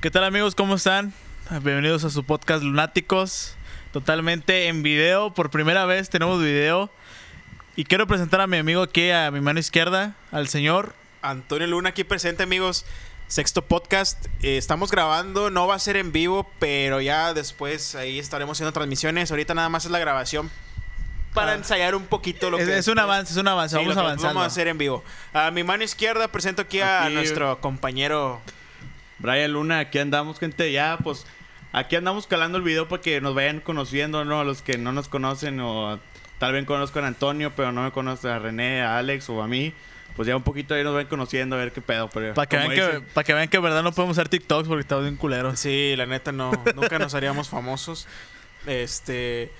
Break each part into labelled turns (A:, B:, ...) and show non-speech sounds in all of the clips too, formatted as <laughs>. A: ¿Qué tal amigos? ¿Cómo están? Bienvenidos a su podcast Lunáticos, totalmente en video. Por primera vez tenemos video. Y quiero presentar a mi amigo aquí, a mi mano izquierda, al señor.
B: Antonio Luna aquí presente, amigos. Sexto podcast. Eh, estamos grabando, no va a ser en vivo, pero ya después ahí estaremos haciendo transmisiones. Ahorita nada más es la grabación para
A: Ah.
B: ensayar un poquito lo
A: Es,
B: que
A: es un avance, es un avance,
B: Sí, lo
A: vamos
B: que
A: avanzando.
B: Vamos a hacer en vivo. A mi mano izquierda presento aquí a
C: Aquí-
B: nuestro compañero.
C: Brian Luna, aquí andamos, gente. Ya, pues, aquí andamos calando el video para que nos vayan conociendo, ¿no? Los que no nos conocen o tal vez conozcan a Antonio, pero no me conocen a René, a Alex o a mí. Pues ya un poquito ahí nos van conociendo, a ver qué pedo. Pero
A: Para que,
C: como
A: vean que,
C: dicen,
A: para que vean que en verdad no podemos hacer TikToks porque estamos bien culeros.
B: Sí, la neta no, nunca nos haríamos famosos. Este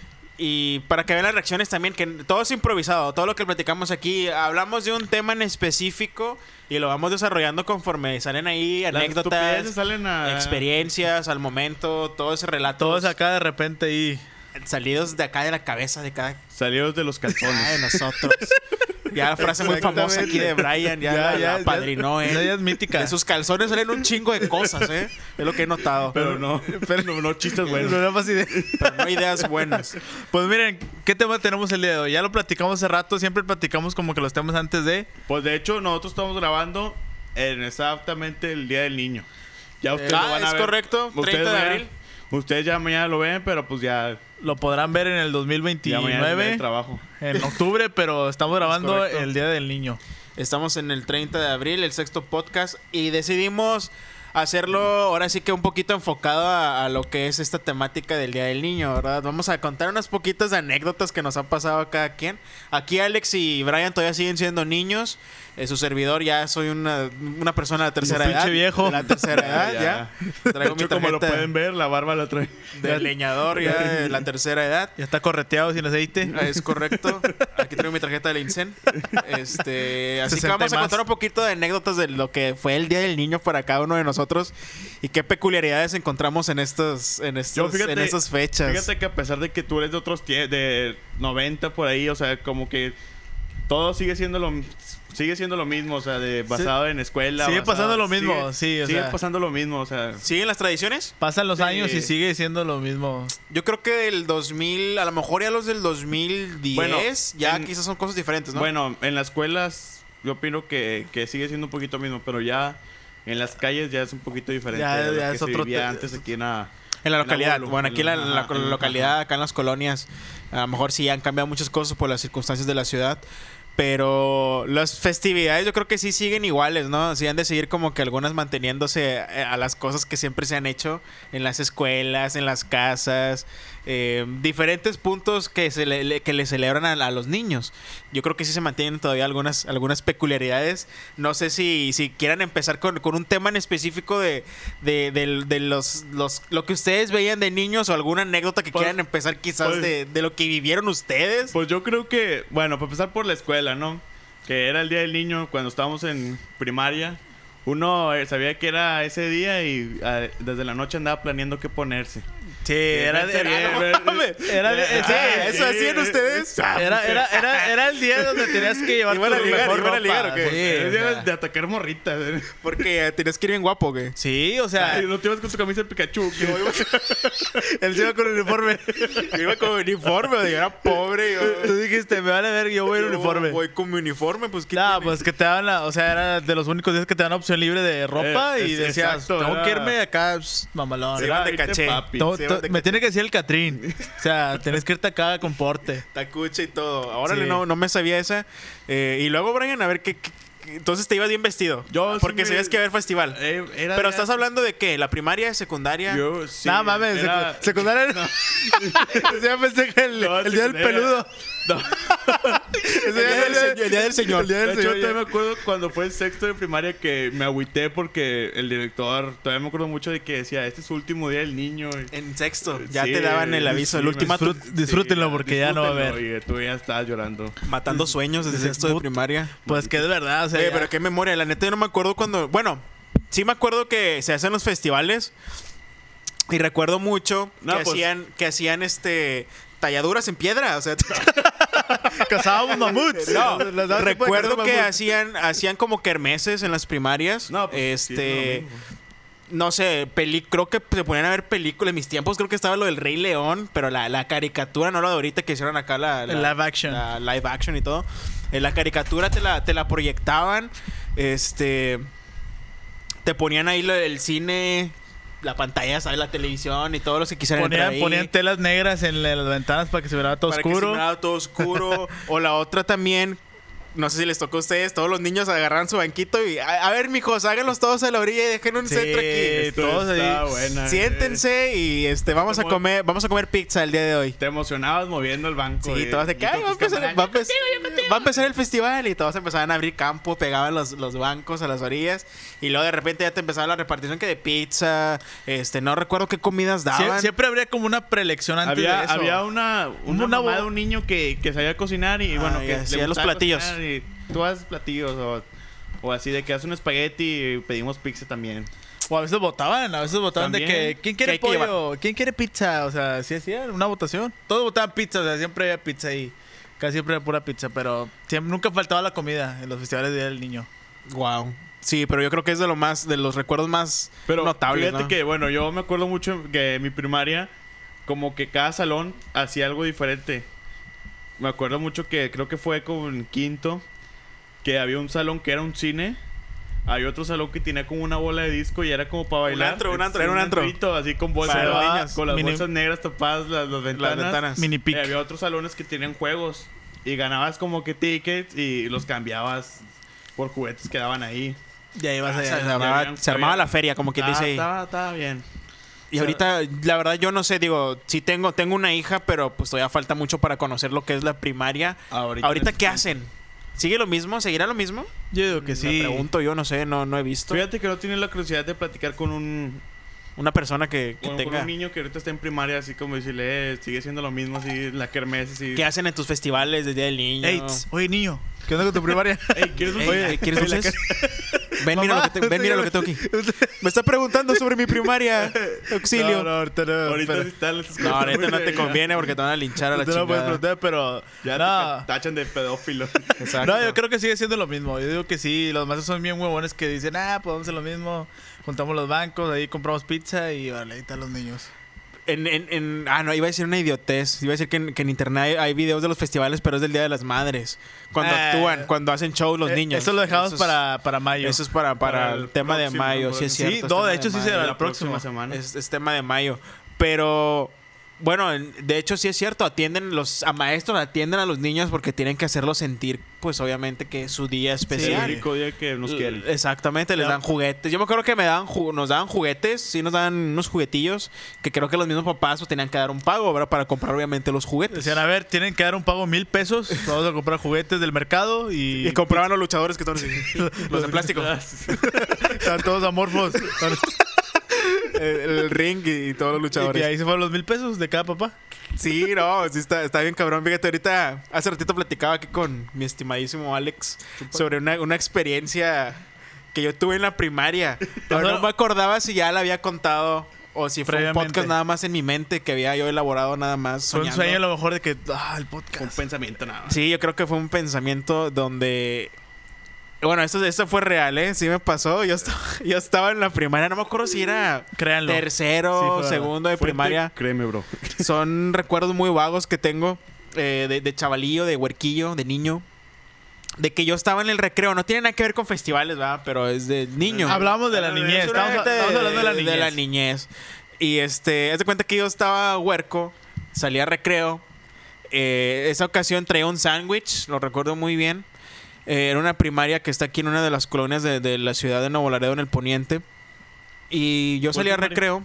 B: y para que vean las reacciones también que todo es improvisado, todo lo que platicamos aquí, hablamos de un tema en específico y lo vamos desarrollando conforme salen ahí
C: las estupideces ah.
B: anécdotas,
C: salen a...
B: experiencias al momento, todo ese relato
A: Todos acá de repente y...
B: salidos de acá de la cabeza de cada
C: Salidos de
B: <laughs>
C: los
B: cada de
C: calzones.
B: nosotros. Ya la frase muy famosa aquí de Brian, ya, la- la padrinó,
A: ya- ya
B: eh.
A: es mítica.
B: De sus calzones salen un chingo de cosas, eh. Es lo que he notado.
C: pero no, pero <laughs> no, no chistes buenos.
A: Pero nada más idea.
B: Pero no ideas buenas.
A: Pues miren, ¿qué tema tenemos el día de hoy? Ya lo platicamos hace rato, siempre platicamos como que los temas antes de...
C: Pues de hecho, nosotros estamos grabando en exactamente el Día del Niño. Ya ustedes
B: ah,
C: lo van a
B: es
C: ver.
B: correcto,
C: Ustedes
B: 30 de
C: ya-
B: abril.
C: Ustedes ya mañana lo ven, pero pues ya...
A: Lo podrán ver en el
C: ya mañana es el día del
A: 2029,
C: trabajo.
B: <laughs>
A: en octubre, pero estamos grabando
B: correcto.
A: el Día del Niño.
B: Estamos en el 30 de abril, el sexto podcast, y decidimos hacerlo ahora sí que un poquito enfocado a, a lo que es esta temática del Día del Niño, ¿verdad? Vamos a contar unas poquitas de anécdotas que nos han pasado a cada quien. Aquí Alex y Brian todavía siguen siendo niños, eh, su servidor ya soy una, una persona de la tercera
A: Un pinche
B: edad.
A: viejo.
B: De la tercera edad,
C: <laughs> Ya,
B: ya.
C: De
B: Traigo mi
C: hecho, como lo
B: tarjeta
C: pueden ver, la barba la trae.
B: de leñador ya de la tercera edad.
A: Ya está correteado sin aceite.
B: Ah, Es correcto. Aquí traigo mi tarjeta del INSEN.
C: <laughs>
B: Este, así que
A: 60 y
B: vamos a
A: más.
B: contar un poquito de anécdotas de lo que fue el Día del Niño para cada uno de nosotros y qué peculiaridades encontramos en estas en
C: Yo,
B: estas
C: fíjate-
B: en esas fechas.
C: Fíjate que a pesar de que tú eres de otros tie- de 90 por ahí, o sea, como que todo sigue siendo lo sigue siendo lo mismo, o sea, de basado en escuela.
A: Sigue
C: basado-
A: pasando lo mismo, sí, o
C: sigue
A: sea.
C: pasando lo mismo, o sea.
B: ¿Siguen las tradiciones?
A: Pasan los
C: Sí.
A: años y sigue siendo lo mismo.
B: Yo creo que el 2000, a lo mejor ya los del 2010,
C: Bueno,
B: ya
C: en-
B: quizás son cosas diferentes, ¿no?
C: Bueno, en las escuelas yo opino que, que sigue siendo un poquito lo mismo, pero ya en las calles ya es un poquito diferente
A: Ya-
C: de lo
A: ya
C: que
A: es
C: se
A: otro
C: vivía
A: te-
C: antes aquí en la
B: En la
C: En la
B: localidad.
C: Guadalupe,
B: bueno, aquí en la, en la
C: ajá, en la-
B: localidad, acá en las colonias, a lo mejor sí han cambiado muchas cosas por las circunstancias de la ciudad. Pero las festividades yo creo que sí siguen iguales, ¿no? Sí han de seguir como que algunas manteniéndose eh, a las cosas que siempre se han hecho en las escuelas, en las casas, eh, diferentes puntos que se le, le- que le celebran a, a los niños. Yo creo que sí se mantienen todavía algunas, algunas peculiaridades. No sé si, si quieran empezar con, con un tema en específico de, de, del- de los, los, lo que ustedes veían de niños o alguna anécdota que
C: Pues-
B: quieran empezar quizás
C: pues-
B: de, de lo que vivieron ustedes.
C: Pues yo creo que, bueno, para empezar por la escuela, ¿no? Que era el día del niño cuando estábamos en primaria. Uno eh, sabía que era ese día y ah, desde la noche andaba planeando qué ponerse.
A: Sí, era,
C: Bien,
A: era,
C: bien, bien.
A: era- eh, sí,
B: Ah, ¿eso
C: sí,
B: hacían
C: eh,
B: ustedes?
C: ah,
A: era- era- era- era el día
B: <laughs>
A: donde tenías que llevar
B: pues Iban a
A: tu
B: ligar,
A: mejor
B: iban a
A: ropa.
B: ligar, ¿o qué?
A: Sí,
C: Era el
A: o
C: día
A: sea.
C: de atacar morritas. ¿eh?
B: Porque eh, tenías que ir bien guapo, güey.
A: Sí, o sea,
B: Ah.
C: <laughs> Ay, no te ibas con tu camisa de Pikachu. que-
A: <laughs> él se iba con el uniforme.
B: Yo <laughs> iba con uniforme, o sea, era
A: <laughs>
B: pobre. yo-
A: Tú dijiste, me van a ver, yo voy en
B: yo
A: uniforme.
B: Voy con mi uniforme, pues ¿qué
A: No,
B: tiene?
A: pues que te daban la, o sea, era de los únicos días que te dan opción libre de ropa
C: Eh,
A: y
C: es-
A: decías,
C: exacto,
A: tengo
C: era-
A: que irme acá, pss, mamalón.
B: pues, Se
C: Era
B: iban de
C: irte
B: caché.
C: papi.
A: To-
B: se
A: to-
B: van de
A: me tiene que decir el Catrín. O sea, tenés que irte acá con porte.
B: Tacucha y todo. Ahora
A: Sí.
B: no, no me sabía esa. Eh, y luego, Brian, a ver qué. qué- qué- entonces te ibas bien vestido.
C: Yo sí
B: Porque
C: me-
B: sabías que iba a haber festival.
C: Eh, era
B: Pero
C: día-
B: estás hablando de qué? ¿La primaria, secundaria?
C: Yo, sí,
A: Nada mames, secu-
C: era-
A: secundaria. Ese día pensé que el,
C: No,
A: el día del
C: secundaria.
A: peludo. <laughs>
C: No.
A: Ese
B: El día del
A: era-
B: señor- el día del señor.
A: El día
C: De
A: del
C: hecho,
A: señor.
C: yo
A: ya.
C: todavía me acuerdo cuando fue el sexto de primaria que me agüité porque el director, todavía me acuerdo mucho de que decía, este es su último día del niño. y-
B: En sexto. Ya
C: Sí,
B: te daban el aviso. el
C: sí,
B: último
C: maestro.
A: Disfrut- disfrútenlo porque ya no va a haber.
C: disfrútenlo, y tú ya estabas llorando.
B: matando sueños desde sexto de primaria.
A: Pues que es verdad, o sea.
B: Oye,
A: ya.
B: pero qué memoria. La neta, yo no me acuerdo cuando. Bueno, sí me acuerdo que se hacen los festivales. Y recuerdo mucho
C: No,
B: que
C: pues-
B: hacían, que hacían este talladuras en piedra. O sea, <laughs>
A: cazábamos mamuts. <laughs>
B: No,
A: Nos daban tiempo de
B: recuerdo
A: cazar
B: que
A: mamuts.
B: hacían, hacían como kermeses en las primarias.
C: No, pues, sí,
B: este.
C: es lo mismo.
B: no sé, peli creo que se ponían a ver películas. En mis tiempos creo que estaba lo del Rey León, pero la, la caricatura, no lo de ahorita que hicieron acá la, la-
A: El live action.
B: la live action y todo. En la caricatura te la, te la proyectaban. Este. Te ponían ahí lo del cine, la pantalla, ¿sabes? La televisión y todo lo que quisieran entrar
A: Ponían,
B: ahí.
A: ponían telas negras en la- las ventanas para que se viera todo
B: Para que se
A: oscuro.
B: mirara todo oscuro.
C: <laughs>
B: o la otra también. No sé si les tocó a ustedes, todos los niños agarran su banquito y a, a ver, mijos, háganlos todos a la orilla y dejen un
A: Sí,
B: centro aquí.
A: Esto todos
C: está
A: ahí.
C: buena, eh.
B: Siéntense y este vamos a
C: Como-
B: comer, vamos a comer pizza el día de hoy.
C: Te emocionabas moviendo el banco.
B: Sí,
C: eh,
B: todos de que,
C: y
B: "Ay,
C: con
B: va a,
C: tus
B: empezar, va, a
C: camaradas,
B: empezar- va a empezar el festival y todos empezaban a abrir campo, pegaban los, los bancos a las orillas y luego de repente ya te empezaba la repartición que de pizza, este, no recuerdo qué comidas
A: Sie-
B: daban.
A: siempre habría como una preelección antes
C: había,
A: de eso.
C: había una, una,
A: Una bo-
C: mamá de un niño que, que sabía cocinar y bueno,
B: Ah,
C: que
B: ya,
C: le
B: hacía los
C: gustaba
B: platillos.
C: cocinar y tú haces platillos o, o así de que haces un espagueti y pedimos pizza también.
A: O a veces votaban, a veces votaban de
C: También.
A: que quién quiere
B: Que hay que
A: pollo, quién quiere pizza, o sea, sí hacían una votación. Todos votaban pizza, o sea, siempre había pizza ahí. Casi siempre era pura pizza, pero siempre, nunca faltaba la comida en los festivales de Día del Niño.
B: Wow. Sí, pero yo creo que es de lo más, de los recuerdos más
C: Pero
B: notables.
C: fíjate
B: ¿no?
C: que bueno, yo me acuerdo mucho que en mi primaria como que cada salón hacía algo diferente. Me acuerdo mucho que creo que fue como en quinto que había un salón que era un cine. Había otro salón que tenía como una bola de disco y era como para bailar.
B: antro, un antro, era un antro.
C: antrito, así con bolsas
B: Para
C: tapadas,
B: niñas.
C: con las
A: Mini-
C: bolsas negras tapadas, las, las
B: las
C: ventanas.
B: ventanas.
A: Mini
C: Y
A: pic.
C: había otros salones que tenían juegos y ganabas como que tickets y los cambiabas por juguetes que daban ahí.
A: Y ahí vas
B: Ah, se,
A: allá.
B: armaba,
C: ya habían-
B: se armaba
C: habían-
B: la feria, como quien
C: Ah,
B: dice. ahí.
C: Estaba, estaba bien.
B: Y ahorita, la verdad, yo no sé, digo, sí tengo, tengo una hija, pero pues todavía falta mucho para conocer lo que es la primaria.
C: Ahorita,
B: Ahorita, ¿qué hacen? ¿Sigue lo mismo? ¿Seguirá lo mismo?
A: Yo digo que
B: Me
A: sí.
B: pregunto, yo no sé, no, no he visto.
C: Fíjate que no tiene la curiosidad de platicar con un,
B: Una persona que, que
C: con, con
B: tenga.
C: un niño que ahorita está en primaria, así como decirle, eh, sigue siendo lo mismo, así la kermés, así.
B: ¿Qué hacen en tus festivales de Día del Niño?
A: Eits, oye niño, ¿qué onda con tu
B: <laughs>
A: primaria?
C: Ey, ¿quieres un-
B: Ey,
C: Oye,
B: ¿Quieres dulces? <laughs> Ven, mira lo
A: Mamá,
B: que tengo, ven, mira lo que tengo aquí. Me está preguntando sobre mi primaria. Auxilio.
A: No, no, ahorita no.
C: ahorita
A: pero-
C: sí están las
B: No, ahorita no te conviene porque te van a linchar a la
A: Tú no puedes
B: chingada.
A: preguntar, pero.
C: Ya
A: no.
C: te tachan
A: <laughs>
C: de pedófilo.
B: Exacto.
A: No, yo creo que sigue siendo lo mismo. Yo digo que sí, los maestros son bien huevones que dicen, ah, pues vamos a hacer lo mismo. Juntamos los bancos, ahí compramos pizza y vale, ahí están los niños.
B: En, en, en- ah, no, iba a decir una idiotez. Iba a decir que en, que en internet hay, hay videos de los festivales, pero es del Día de las Madres. Cuando
A: Ah.
B: actúan, cuando hacen show los
A: Eh,
B: niños.
A: Eso lo dejamos
B: es-
A: para, para mayo.
B: Eso es para, para,
C: Para
B: el
C: el
B: tema de
C: próximo,
B: mayo, sí es
A: Sí,
B: cierto. es
A: no,
B: tema
A: de hecho sí
B: mayo.
A: será. la próxima.
C: semana.
B: Es, es tema de mayo. Pero, bueno, en- de hecho sí es cierto. Atienden los, a maestros, atienden a los niños porque tienen que hacerlos sentir, pues obviamente, que es su día
C: el
B: especial.
C: único día que nos quieren.
B: Exactamente, les
A: Ya.
B: dan juguetes. Yo me acuerdo que me daban ju- nos daban juguetes, sí nos daban unos juguetillos que creo que los mismos papás pues, tenían que dar un pago, ¿verdad? Para comprar obviamente los juguetes.
A: Decían, a ver, tienen que dar un pago mil pesos. Vamos a comprar juguetes del mercado y.
B: <laughs> Y compraban los luchadores que son así,
A: <laughs>
B: <laughs> los de
C: <laughs>
B: plástico,
A: están todos
B: <laughs>
A: amorfos. y
B: el, el ring y, y todos los
A: que
B: luchadores.
A: ahí se fueron los mil pesos de cada papá.
B: Sí, no, sí está, está bien cabrón. Fíjate, ahorita hace ratito platicaba aquí con mi estimadísimo Alex sobre una, una experiencia que yo tuve en
A: <laughs>
B: la primaria. Pero no me acordaba si ya la había contado o si fue un
A: Previamente.
B: podcast nada más en mi mente que había yo elaborado nada más.
A: Fue un
B: soñando.
A: sueño a lo mejor de que, ah, el
C: Con
A: podcast.
C: pensamiento nada. más.
B: Sí, yo creo que fue un pensamiento donde. Bueno, esto, esto fue real, ¿eh? Sí me pasó. Yo estaba, <laughs> yo estaba en la primaria, no me acuerdo si era
A: Créanlo. Sí, fue
B: tercero,
A: verdad.
B: segundo de
A: <laughs>
C: Fuerte,
B: primaria.
C: Créeme,
B: <laughs>
C: bro.
B: Son recuerdos muy vagos que tengo eh, de, de chavalillo, de huerquillo, de niño. De que yo estaba en el recreo. No tiene nada que ver con festivales, ¿verdad? Pero es de niño.
A: Hablamos de la
C: Es
A: niñez.
B: Es una
A: Estamos,
B: gente
A: estamos hablando de la niñez.
B: de la niñez. Y este, haz de cuenta que yo estaba huerco, salía a recreo. eh, esa ocasión traía un sándwich, lo recuerdo muy bien. Eh, era una primaria que está aquí en una de las colonias de, de la ciudad de Nuevo Laredo, en el poniente. Y yo
C: ¿Cuál
B: salía a
C: primaria?
B: recreo.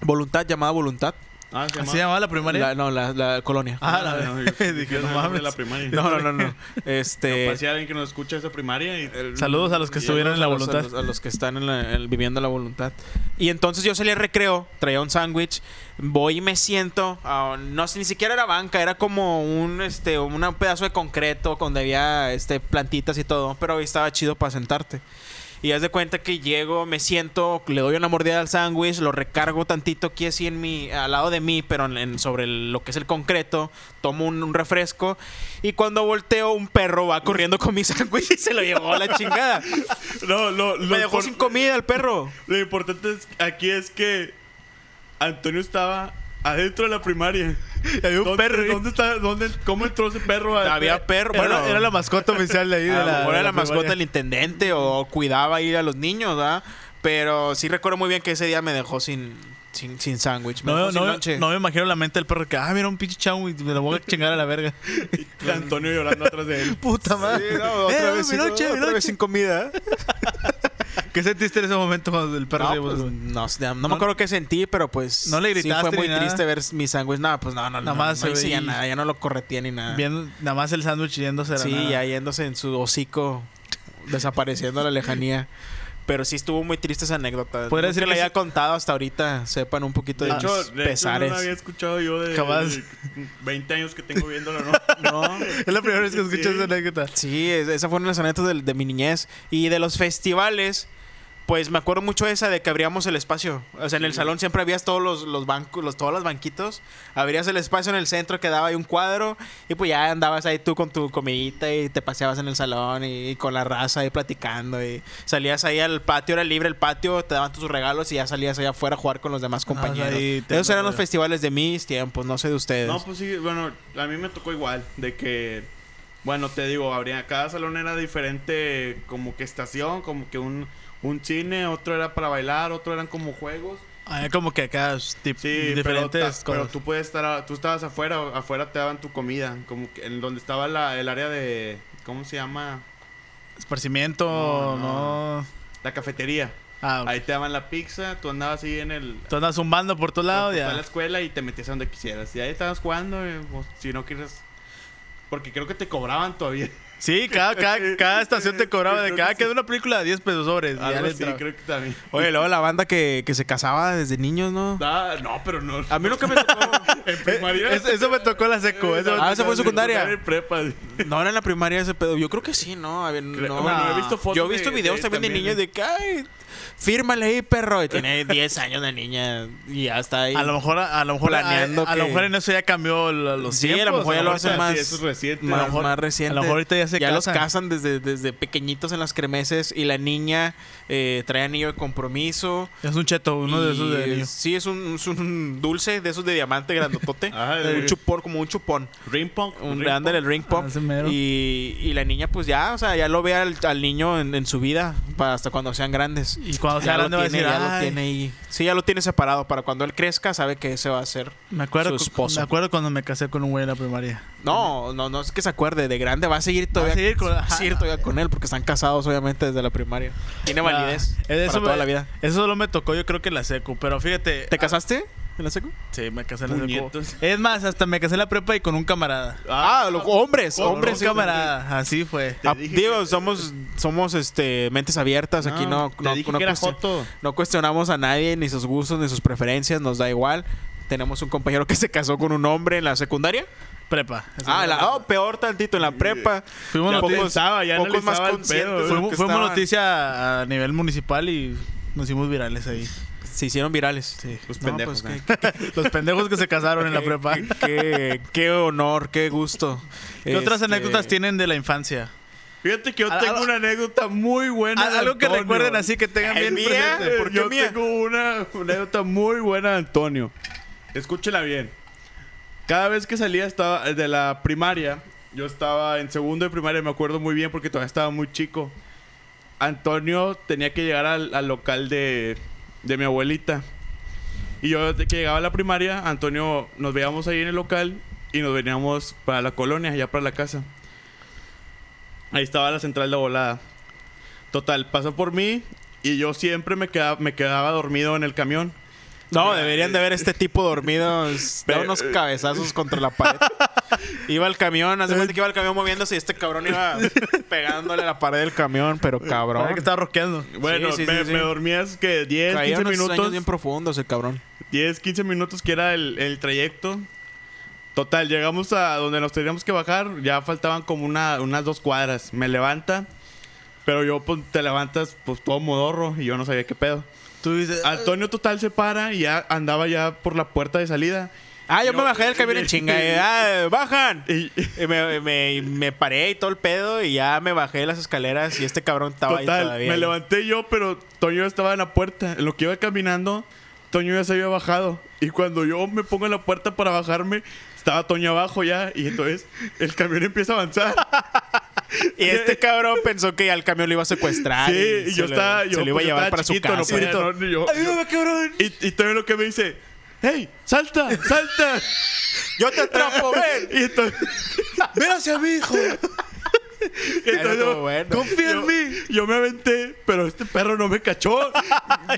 B: Voluntad, llamada Voluntad.
C: Ah, se
A: ¿Así
C: llama-
A: llamaba la primaria?
B: La- no, la, la colonia.
A: Ah, la
C: no,
A: verdad.
B: <laughs>
C: yo- yo
A: Dije, no
C: era de
A: mames.
C: la primaria.
B: No, no, no, no. Este.
C: Pasé a alguien que nos escucha esa primaria. y-
A: Saludos a los que
C: y-
A: estuvieron en la
B: a los-
A: voluntad.
B: A los, a los que están en la- en- viviendo la voluntad. Y entonces yo salí al recreo, traía un sándwich, voy y me siento, ah, no sé, ni siquiera era banca, era como un, este, un pedazo de concreto donde había este, plantitas y todo, pero ahí estaba chido para sentarte. Y haz de cuenta que llego, me siento, le doy una mordida al sándwich, lo recargo tantito aquí así en mi, al lado de mí, pero en, en- sobre el- lo que es el concreto, tomo un, un refresco y cuando volteo un perro va corriendo con mi <laughs> sándwich y se lo llevó a la chingada.
C: No, lo, lo
B: me dejó
C: impor-
B: sin comida el perro.
C: lo importante es- aquí es que Antonio estaba adentro de la primaria.
A: había un
C: ¿Dónde-
A: perro, ¿eh?
C: ¿Dónde está? ¿Dónde? ¿Cómo entró ese perro? a-
B: Había perro,
A: Era,
B: bueno,
A: era la mascota oficial de ahí. De
B: Ah, A lo
A: la,
B: mejor era la mascota del
A: primaria.
B: intendente o cuidaba ahí a los niños, ¿verdad? Pero sí recuerdo muy bien que ese día me dejó sin sin, sin sándwich, me
A: no,
B: dejó sin
A: no,
B: lonche.
A: no me imagino la mente del perro que, ah, mira un pinche chau y me lo voy a chingar a la verga.
C: y Antonio llorando atrás de él.
A: <laughs> Puta madre.
B: Sí, no,
A: Eh,
B: otra
A: no,
B: vez,
A: mi
B: sin-
A: lonche, mi
B: otra
A: lonche.
B: vez sin comida.
A: ¿Qué sentiste en ese momento cuando el perro se
B: No,
A: llevó
B: pues,
A: su-
B: no, sé, no me
A: No-
B: acuerdo qué sentí, pero pues
A: No le gritaste
B: sí fue
A: ni
B: muy
A: nada.
B: triste ver mi sándwich. Nada, pues no, no,
A: Nada
B: no,
A: más
B: no
A: se
B: hice
A: ve
B: ya
A: y-
B: nada, ya no lo correteé ni nada.
A: Viendo nada más el sándwich yéndose a la
B: Sí,
A: nada.
B: ya yéndose en su hocico, desapareciendo a la lejanía. Pero sí estuvo muy triste esa anécdota.
A: Podría
B: Podría
A: decir
B: decir que
A: que
B: la haya
A: sí-
B: contado hasta ahorita, sepan un poquito de,
C: Ah, De hecho,
B: mis
C: de hecho,
B: pesares.
C: no lo había escuchado yo de,
A: Jamás.
C: de 20 años que tengo viéndolo,
A: <laughs>
C: ¿no?
B: No.
A: Es la primera vez que escucho
C: Sí.
A: esa anécdota.
B: Sí, es- esa fue una de las anécdotas del- de, mi niñez. Y de los festivales, pues me acuerdo mucho esa de que abríamos el espacio. O sea, en el salón siempre habías todos los, los bancos, los, todos los banquitos. Abrías el espacio en el centro, quedaba ahí un cuadro. Y pues ya andabas ahí tú con tu comidita y te paseabas en el salón y, y con la raza ahí platicando. Y salías ahí al patio, era libre el patio, te daban tus regalos y ya salías allá afuera a jugar con los demás compañeros.
A: ahí te-
B: Esos eran los festivales de mis tiempos, no sé de ustedes.
C: No, pues sí, bueno, a mí me tocó igual, de que, bueno, te digo, habría, cada salón era diferente, como que estación, como que un, un cine, otro era para bailar, otro eran como juegos.
A: Ah, como que acá tip-
C: Sí, pero, ta-
A: diferentes
C: pero
A: cosas.
C: tú puedes estar, a- tú estabas afuera, o afuera te daban tu comida, como que en donde estaba la, el área de, ¿cómo se llama?
A: Esparcimiento, no.
C: No, no. La cafetería.
A: Ah, ok.
C: Ahí te daban la pizza, tú andabas ahí en el...
A: Tú andas zumbando por todos
B: Oh,
A: lados,
C: por toda la
A: ya.
C: escuela y te metías a donde quisieras. Y ahí estabas jugando, eh, o si no quieres... Porque creo que te cobraban
B: <laughs>
C: todavía.
A: Sí, cada, cada, cada estación te cobraba de
C: Creo
A: cada
C: que
A: que de una película 10 pesos sobres. y ya
C: Algo
A: le
C: así,
A: entraba.
C: creo que también.
B: Oye, luego la banda que, que se casaba desde niños, ¿no?
C: Ah, no, pero no.
B: A mí lo
C: <laughs>
B: que me tocó.
C: En
A: Eh,
C: primaria. Eh,
A: Eso, eso me tocó la seco. eso me
B: Ah,
A: tocó
B: esa fue
A: la
B: en secundaria.
C: En prepa. sí.
B: No era en la primaria ese pedo. Yo creo que sí, ¿no? A ver,
C: Creo-
B: no.
C: bueno, he visto fotos
B: Yo he visto
C: de-
B: videos
C: de-
B: también, de
C: también,
B: niños
C: ¿eh?
B: de que, ay, fírmale ahí, perro. Y tiene 10 años de niña y ya está ahí.
A: A lo mejor, a, a lo mejor, a,
B: Planeando
A: a lo
B: que-
A: mejor en eso ya cambió lo- los
B: Sí, a lo
A: tiempos.
B: mejor ya lo hacen
A: ahorita-
B: más-
C: Sí, eso es reciente.
B: más,
A: a lo mejor-
B: más reciente.
A: a lo mejor ahorita ya se
B: Ya los
A: casan.
B: casan desde, desde pequeñitos en las cremeses y la niña eh, trae anillo de compromiso.
A: Es un cheto, uno de esos de
B: Y
A: niños.
B: Sí, es un, es un dulce de esos de diamante
A: <laughs>
B: grandotote.
C: Ah,
B: un
C: de-
B: chupón, como un chupón.
C: Ring pong.
B: Un
C: ring
B: ándale, el ring pop.
A: Ah, ese mero.
B: Y, y la niña, pues ya, o sea, ya lo ve al, al niño en, en su vida, para hasta cuando sean grandes.
A: Y cuando sea
B: Ya lo
A: grande va a decir,
B: tiene, ya lo
A: "Ay,
B: tiene ahí. Sí, ya lo tiene separado para cuando él crezca, sabe que ese va a ser.
A: me acuerdo,
B: su
A: cu-
B: esposo.
A: me acuerdo cuando me casé con un güey en la primaria.
B: No, no, no es que se acuerde, de grande va a seguir todavía.
A: seguir con- ajá.
B: sí, todavía con él, porque están casados, obviamente, desde la primaria. Tiene validez
A: Ah,
B: para toda
A: me- Ah.
B: la vida.
A: Eso solo me tocó, yo creo que en la seco. Pero fíjate.
B: ¿Te casaste en la secu?
A: Sí, me casé en la seco.
C: Puñetos.
A: Es más, hasta me casé en la prepa y con un camarada.
B: Ah, los hombres,
A: Con
B: hombres.
A: un camarada, así fue.
C: Te
B: Ah,
C: dije
B: digo,
C: que-
B: somos, somos este, mentes abiertas, aquí no,
C: te
B: no,
C: Ah, dije
B: no
C: que era
B: cuestión-
C: joto.
B: No cuestionamos a nadie, ni sus gustos, ni sus preferencias, nos da igual. Tenemos un compañero que se casó con un hombre en la secundaria.
A: Prepa.
B: Ah, en la- oh, peor tantito, en la prepa.
A: Fuimos
B: Ya
A: noticia-
C: pensaba, ya analizaba el pedo,
B: de lo
A: Fuimos,
B: que
A: fuimos
B: estaban.
A: noticia a nivel municipal y nos hicimos virales ahí.
B: Se hicieron virales.
A: Sí.
C: Los
B: No,
C: pendejos.
B: pues,
C: ¿eh?
B: qué-
A: <laughs> Los pendejos que se casaron en la
B: qué-
A: prepa.
B: Qué, qué- qué honor, qué gusto. Este,
A: ¿Qué otras anécdotas tienen de la infancia?
C: Fíjate que yo
A: Al-
C: tengo
A: al-
C: una anécdota muy buena.
A: Al-
C: de
A: algo que
C: Antonio.
A: recuerden así que tengan
B: ¿Es
A: bien
B: mía?
A: presente.
C: Eh,
B: ¿Por qué
C: yo
B: mía?
C: tengo una una anécdota muy buena de Antonio. Escúchela bien. Cada vez que salía estaba eh, de la primaria, yo estaba en segundo de primaria, me acuerdo muy bien porque todavía estaba muy chico. Antonio tenía que llegar al, al local de, de mi abuelita. Y yo desde que llegaba a la primaria, Antonio nos veíamos ahí en el local y nos veníamos para la colonia, allá para la casa. Ahí estaba la central de volada. Total, pasó por mí y yo siempre me quedaba, me quedaba dormido en el camión.
B: No, deberían de ver este tipo dormido. es- Da
C: Pero-
B: unos cabezazos contra la pared. Iba el camión, hace cuenta que iba el camión moviéndose y este cabrón iba pegándole a la pared del camión, pero cabrón.
A: Parece que estaba rosqueando.
C: Bueno,
B: Sí, sí,
C: me,
B: sí, sí.
C: me dormía es que 10,
B: Caía
C: 15
B: unos sueños
C: minutos.
B: bien profundos el cabrón.
C: 10, 15 minutos que era el, el trayecto. Total, llegamos a donde nos teníamos que bajar. Ya faltaban como una, unas dos cuadras. Me levanta. Pero yo, pues, te levantas, pues, todo modorro y yo no sabía qué pedo.
A: Tú dices,
B: Ah,
C: Antonio total se para y ya andaba ya por la puerta de salida.
B: Ah, yo
C: Yo-
B: me bajé del camión en chinga. y, ah, bajan.
C: Y
B: Y me, me- y me paré y todo el pedo y ya me bajé de las escaleras y este cabrón estaba ahí
C: total,
B: todavía.
C: me levanté yo, pero Toño ya estaba en la puerta. En lo que iba caminando, Toño ya se había bajado. Y cuando yo me pongo en la puerta para bajarme, estaba Toño abajo ya. Y entonces el camión empieza a avanzar.
B: <laughs> Y este cabrón pensó que al camión lo iba a secuestrar.
C: sí,
B: y
C: y yo
B: se lo-
C: estaba.
B: se
C: yo,
B: lo iba a
C: pues, yo
B: llevar
C: estaba
B: para
C: chiquito,
B: su casa.
C: no podía, no, yo-
A: ayúdame, cabrón.
C: y, y Toño lo que me dice: ¡Hey, salta, salta!
B: Yo te atrapo, ven.
C: <laughs> y entonces.
A: Ven hacia mí, hijo.
C: <laughs> Y
B: Era
C: entonces
B: todo
C: yo-
B: bueno.
A: Confía
C: yo-
A: en mí.
C: Yo me aventé, pero este perro no me cachó.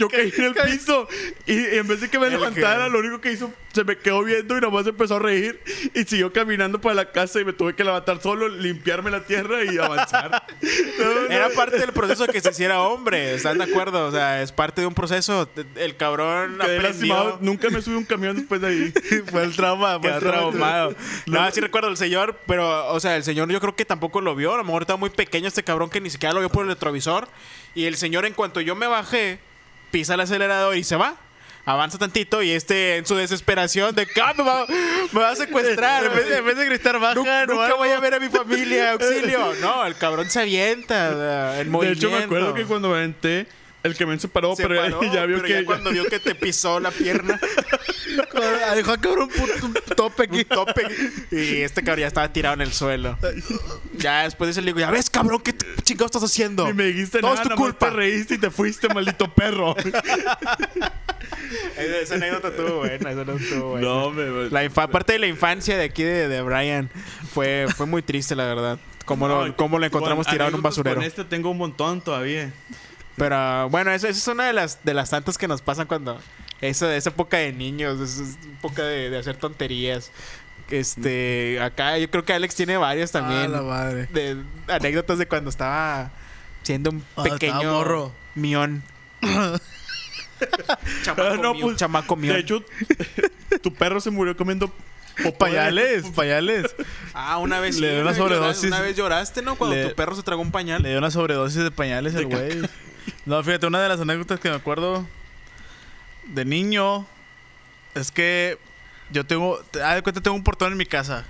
C: Yo caí en el piso. Y, y en vez de que me
B: El
C: levantara,
B: que-
C: lo único que hizo, se me quedó viendo y nomás empezó a reír. Y siguió caminando para la casa y me tuve que levantar solo, limpiarme la tierra y avanzar.
B: <laughs>
C: No, no.
B: Era parte del proceso que se hiciera hombre, ¿están de acuerdo? O sea, es parte de un proceso. El cabrón
C: Quedé
B: aprendió,
C: lastimado. Nunca me subí a un camión después de ahí.
A: <laughs> Fue el trauma,
B: quedó traumado. No, sí recuerdo el señor, pero, o sea, el señor yo creo que tampoco lo vio. A lo mejor estaba muy pequeño este cabrón que ni siquiera lo vio por el retrovisor. Y el señor, en cuanto yo me bajé, pisa el acelerador y se va. Avanza tantito y este, en su desesperación, de "Ah, me va, me va a secuestrar.
A: <laughs> En vez, de, en vez de gritar baja,
B: Nu-
A: no
B: nunca
A: algo.
B: voy a
A: <laughs>
B: ver a mi familia, auxilio. No, el cabrón se avienta. o sea, en
C: De hecho, me
B: movimiento.
C: acuerdo que cuando me aventé, el camión se paró,
B: Se
C: Oh, pero ya-
B: paró,
C: <laughs> ya, vio
B: pero
C: que.
B: ya cuando vio que te pisó la
C: <laughs>
B: pierna,
A: Ah, Dejó a cabrón un, un tope
B: un
A: aquí.
B: tope. Y este cabrón ya estaba tirado en el suelo. Ya después de eso le digo, ya ves, cabrón, ¿qué t- chingados estás haciendo?
C: Ni me dijiste
B: Todo es
C: nada,
B: tu
C: nomás
B: culpa.
C: te reíste y te fuiste, maldito
B: <laughs>
C: perro.
B: Esa, esa anécdota estuvo buena, esa no estuvo buena.
C: no, me...
B: La infa- parte de la infancia de aquí de, de Brian fue, fue muy triste, la verdad. Como lo,
C: No,
B: cómo lo encontramos
C: con
B: tirado en un
C: anécdotas
B: basurero.
C: Con este tengo un montón todavía.
B: Pero bueno, esa esa es una de las, de las tantas que nos pasan cuando. Esa, esa época de niños, esa es época de, de hacer tonterías. Este, acá yo creo que Alex tiene varias
A: Ah,
B: también.
A: la madre.
B: de anécdotas de cuando estaba siendo un
A: Ah,
B: pequeño
A: estaba morro. <laughs>
B: mión. chamaco,
C: Ah, no,
B: mión,
C: pues,
B: chamaco mión.
C: De
B: <laughs>
C: hecho, tu perro se murió comiendo
A: Payales, payales.
B: ah, una vez
A: le
B: sí,
A: dio una
B: güey, lloras-
A: sobredosis.
B: Una vez lloraste, ¿no? Cuando
A: Le-
B: tu perro se tragó un pañal.
A: Le dio una sobredosis de pañales el güey. No, fíjate, una de las anécdotas que me acuerdo de niño es que yo tengo, te- haz de cuenta, tengo un portón en mi casa.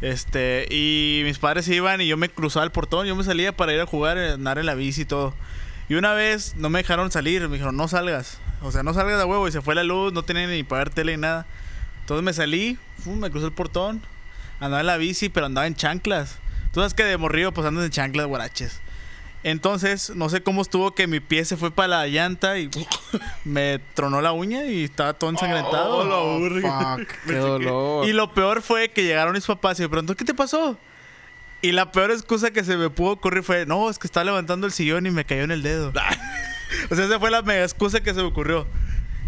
A: Este, y mis padres se iban y yo me cruzaba el portón, yo me salía para ir a jugar, andar en la bici y todo. Y una vez no me dejaron salir, me dijeron, no salgas. O sea, no salgas de huevo. Y se fue la luz, no tenía ni para ver tele ni nada. Entonces me salí, fum, me crucé el portón, andaba en la bici, pero andaba en chanclas. Tú sabes que de morrido, pues andas en chanclas, guaraches. Entonces, no sé cómo estuvo que mi pie se fue para la llanta y me tronó la uña y estaba todo ensangrentado.
C: Oh, la verga.
B: fuck, qué dolor.
A: Y lo peor fue que llegaron mis papás y me preguntó, ¿qué te pasó? Y la peor excusa que se me pudo ocurrir fue, no, es que estaba levantando el sillón y me cayó en el dedo.
B: Ah.
A: <laughs> o sea, esa fue la mega excusa que se me ocurrió.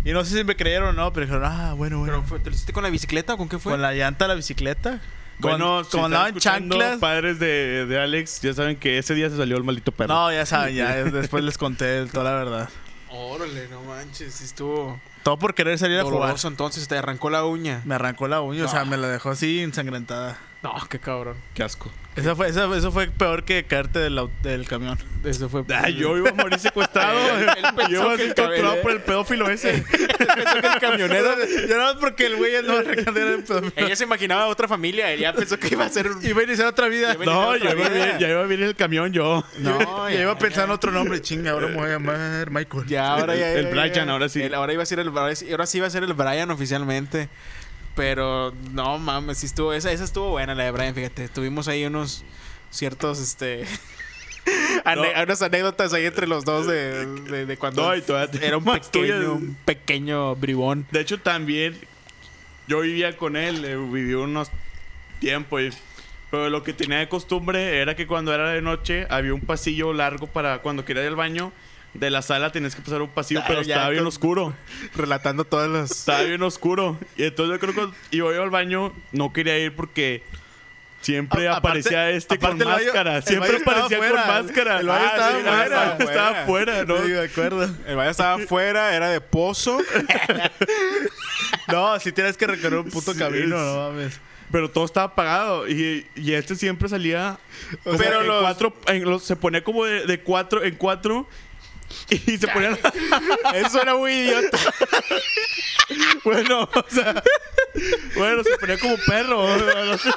A: Y no sé si me creyeron o no, pero dijeron, ah, bueno, bueno.
B: ¿Pero fue- te lo hiciste con la bicicleta o con qué fue?
A: Con la llanta de la bicicleta.
C: Bueno,
A: Con- como andaban chanclas.
C: padres de, de Alex, ya saben que ese día se salió el maldito perro.
A: No, ya saben, ya después les conté toda la verdad.
B: Órale, no manches, sí estuvo
A: Todo por querer salir a jugar.
B: doloroso entonces, te arrancó la uña.
A: Me arrancó la uña, o sea, me la dejó así ensangrentada.
B: No, qué cabrón.
C: Qué asco.
A: Eso fue, eso, eso fue peor que caerte del, au- del camión.
B: Eso fue.
C: Ah, yo iba a morir secuestrado.
B: <laughs> Él- él pensó
C: yo iba a
B: que
C: ser
B: el cabello-
C: capturado por el pedófilo
B: <laughs>
C: ese.
B: pensó que el camionero.
A: Ya nada más porque el güey ya no va a recargar el pedófilo.
B: Ella se imaginaba otra familia, ella pensó que iba a ser un.
A: Iba a iniciar otra vida.
B: Iba a
C: No,
B: Otra
C: yo iba a
B: vida.
C: venir, ya iba a venir el camión yo.
B: No, <laughs>
A: ya, iba a pensar en otro nombre. Chinga, ahora me voy a llamar Michael. <laughs>
B: Ya, ahora ya.
C: El- el
B: ya, ya.
C: Brian, ahora sí.
B: El- ahora iba a ser el Brian- ahora sí iba a ser el Brian oficialmente. Pero no mames, sí estuvo esa esa estuvo buena la de Brian, fíjate. Tuvimos ahí unos ciertos este <laughs> ane-
C: No.
B: unas anécdotas ahí entre los dos de, de- de cuando
C: No, y todavía
B: era un
C: <laughs> más tuyas.
B: pequeño, un pequeño bribón.
C: De hecho, también yo vivía con él, eh, viví unos tiempos. y- pero lo que tenía de costumbre era que cuando era de noche había un pasillo largo para cuando quería ir al baño. De la sala tenías que pasar un pasillo,
B: Ah,
C: pero
B: ya,
C: estaba bien
B: con-
C: oscuro.
B: Relatando todas las
C: Estaba bien oscuro. Y entonces yo creo que cuando yo iba al baño, no quería ir porque siempre
A: A- aparte-
C: aparecía este con
A: aparte el baño-
C: máscara.
A: el
C: Siempre
A: baño estaba
C: aparecía con
A: fuera.
C: máscara. Ah,
A: El baño estaba
C: el baño
B: fuera.
C: estaba- Estaba fuera, ¿no?
A: Sí, de acuerdo.
B: el baño estaba
C: <laughs>
B: afuera, era de pozo.
A: No, si tienes que recorrer un puto
C: Sí,
A: camino,
C: es-
A: no mames.
C: Pero todo estaba apagado. Y, y este siempre salía. como
B: Pero
C: en
B: los-
C: cuatro. en los- se ponía como de, de cuatro en cuatro. Y <laughs> se ponía.
B: Eso era muy idiota.
C: bueno, o sea. Bueno, se ponía como perro. o sea, no sé.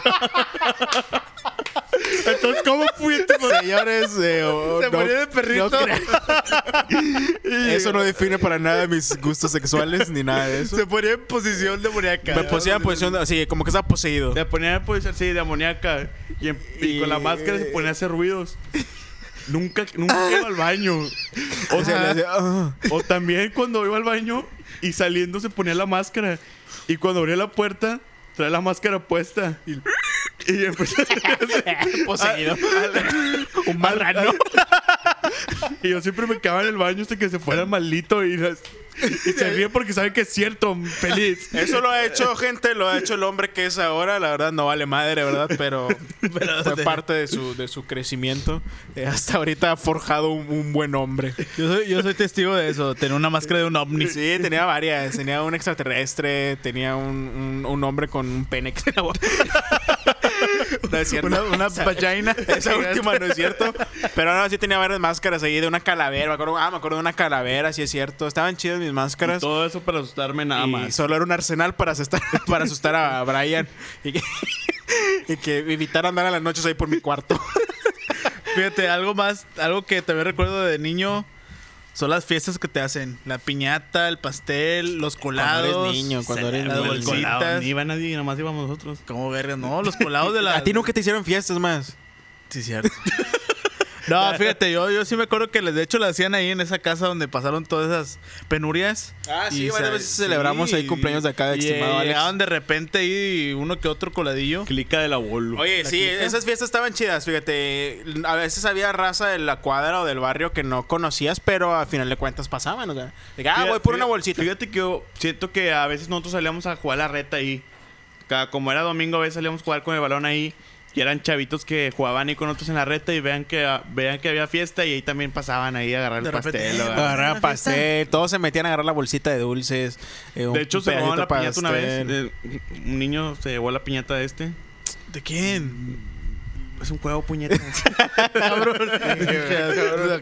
C: Entonces, ¿cómo fuiste?
B: Señores, eh, oh,
A: Se
B: no-
A: murió de perrito.
B: no cre- <laughs> eso no define para nada mis gustos sexuales ni nada de eso.
A: Se ponía en posición de demoníaca.
B: Me pusieron en posición así, como que estaba poseído.
C: Se ponía pues así de amoníaca. Y, en- y con la máscara se ponía a hacer ruidos. Nunca, nunca iba al baño. O
B: O sea, Ah. le
C: sea,
B: hacía, "Ah".
C: O también cuando iba al baño y saliendo se ponía la máscara. Y cuando abría la puerta, traía la máscara puesta. Y, y empezó
B: "Ah". <laughs> Poseído.
C: un marrano. y yo siempre me quedaba en el baño hasta que se fuera el maldito. Y, las- y se ríe porque sabe que es cierto, feliz.
B: Eso lo ha hecho gente, lo ha hecho el hombre que es ahora. La verdad no vale madre, ¿verdad? Pero
A: <laughs>
B: fue parte de su, de su crecimiento. Eh, hasta ahorita ha forjado un, un buen hombre.
A: Yo soy, yo soy testigo de eso. Tener una máscara de un ovni.
B: Sí, tenía varias. Tenía un extraterrestre, tenía un, un, un hombre con un pene que se
A: <laughs>
B: lavó. No es cierto.
A: Una, una
B: Esa-
A: vagina.
B: Esa última no es cierto. Pero no, sí tenía varias máscaras ahí de una calavera. Me acuerdo, ah, me acuerdo de una calavera, sí es cierto. Estaban chidas mis
C: Y
B: máscaras.
C: todo eso para asustarme nada
B: y
C: más.
B: solo era un arsenal para asustar, <laughs> para asustar a Brian. Y que, y que evitar andar a las noches ahí por mi cuarto.
A: Fíjate, algo más, algo que también recuerdo de niño son las fiestas que te hacen. La piñata, el pastel, los
B: Cuando
A: colados.
B: eres niño, cuando eres
A: las
C: Ni
B: niño.
C: el colado,
A: bolsitas.
C: Ni iba nadie, nomás íbamos nosotros.
A: ¿Cómo verga? No, los colados de la.
B: <laughs> A ti nunca te hicieron fiestas más.
A: Sí, cierto. <laughs> No, fíjate, yo, yo sí me acuerdo que les- de hecho la hacían ahí en esa casa donde pasaron todas esas penurias.
B: Ah, sí, varias
A: sa-
B: veces celebramos ahí cumpleaños de acá de
A: y,
B: estimado
A: eh,
B: Alex.
A: Llegaban de repente ahí uno que otro coladillo.
C: Clica de la bolu.
B: Oye, sí,
A: clica?
B: esas fiestas estaban chidas, fíjate. A veces había raza de la cuadra o del barrio que no conocías, pero al final de cuentas pasaban. O sea, de que, ah,
C: Fíjate-
B: voy por una
C: fíjate-
B: bolsita.
C: Fíjate que yo siento que a veces nosotros salíamos a jugar la reta ahí. Ca- Como era domingo, a veces salíamos a jugar con el balón ahí. Y eran chavitos que jugaban ahí con nosotros en la reta y vean que, vean que había fiesta y ahí también pasaban ahí a agarrar
A: De
C: el
A: repente,
C: pastel.
A: eh,
C: ¿verdad?
B: Agarraban pastel, todos se metían a agarrar la bolsita de dulces. eh, un
C: De hecho, se llevó
B: pedacito
C: la piñata una vez.
B: pastel.
C: Eh, Un niño se llevó la piñata de este.
A: ¿De <laughs> quién?
C: Es un juego, <laughs> puñeta.
A: Cabrón.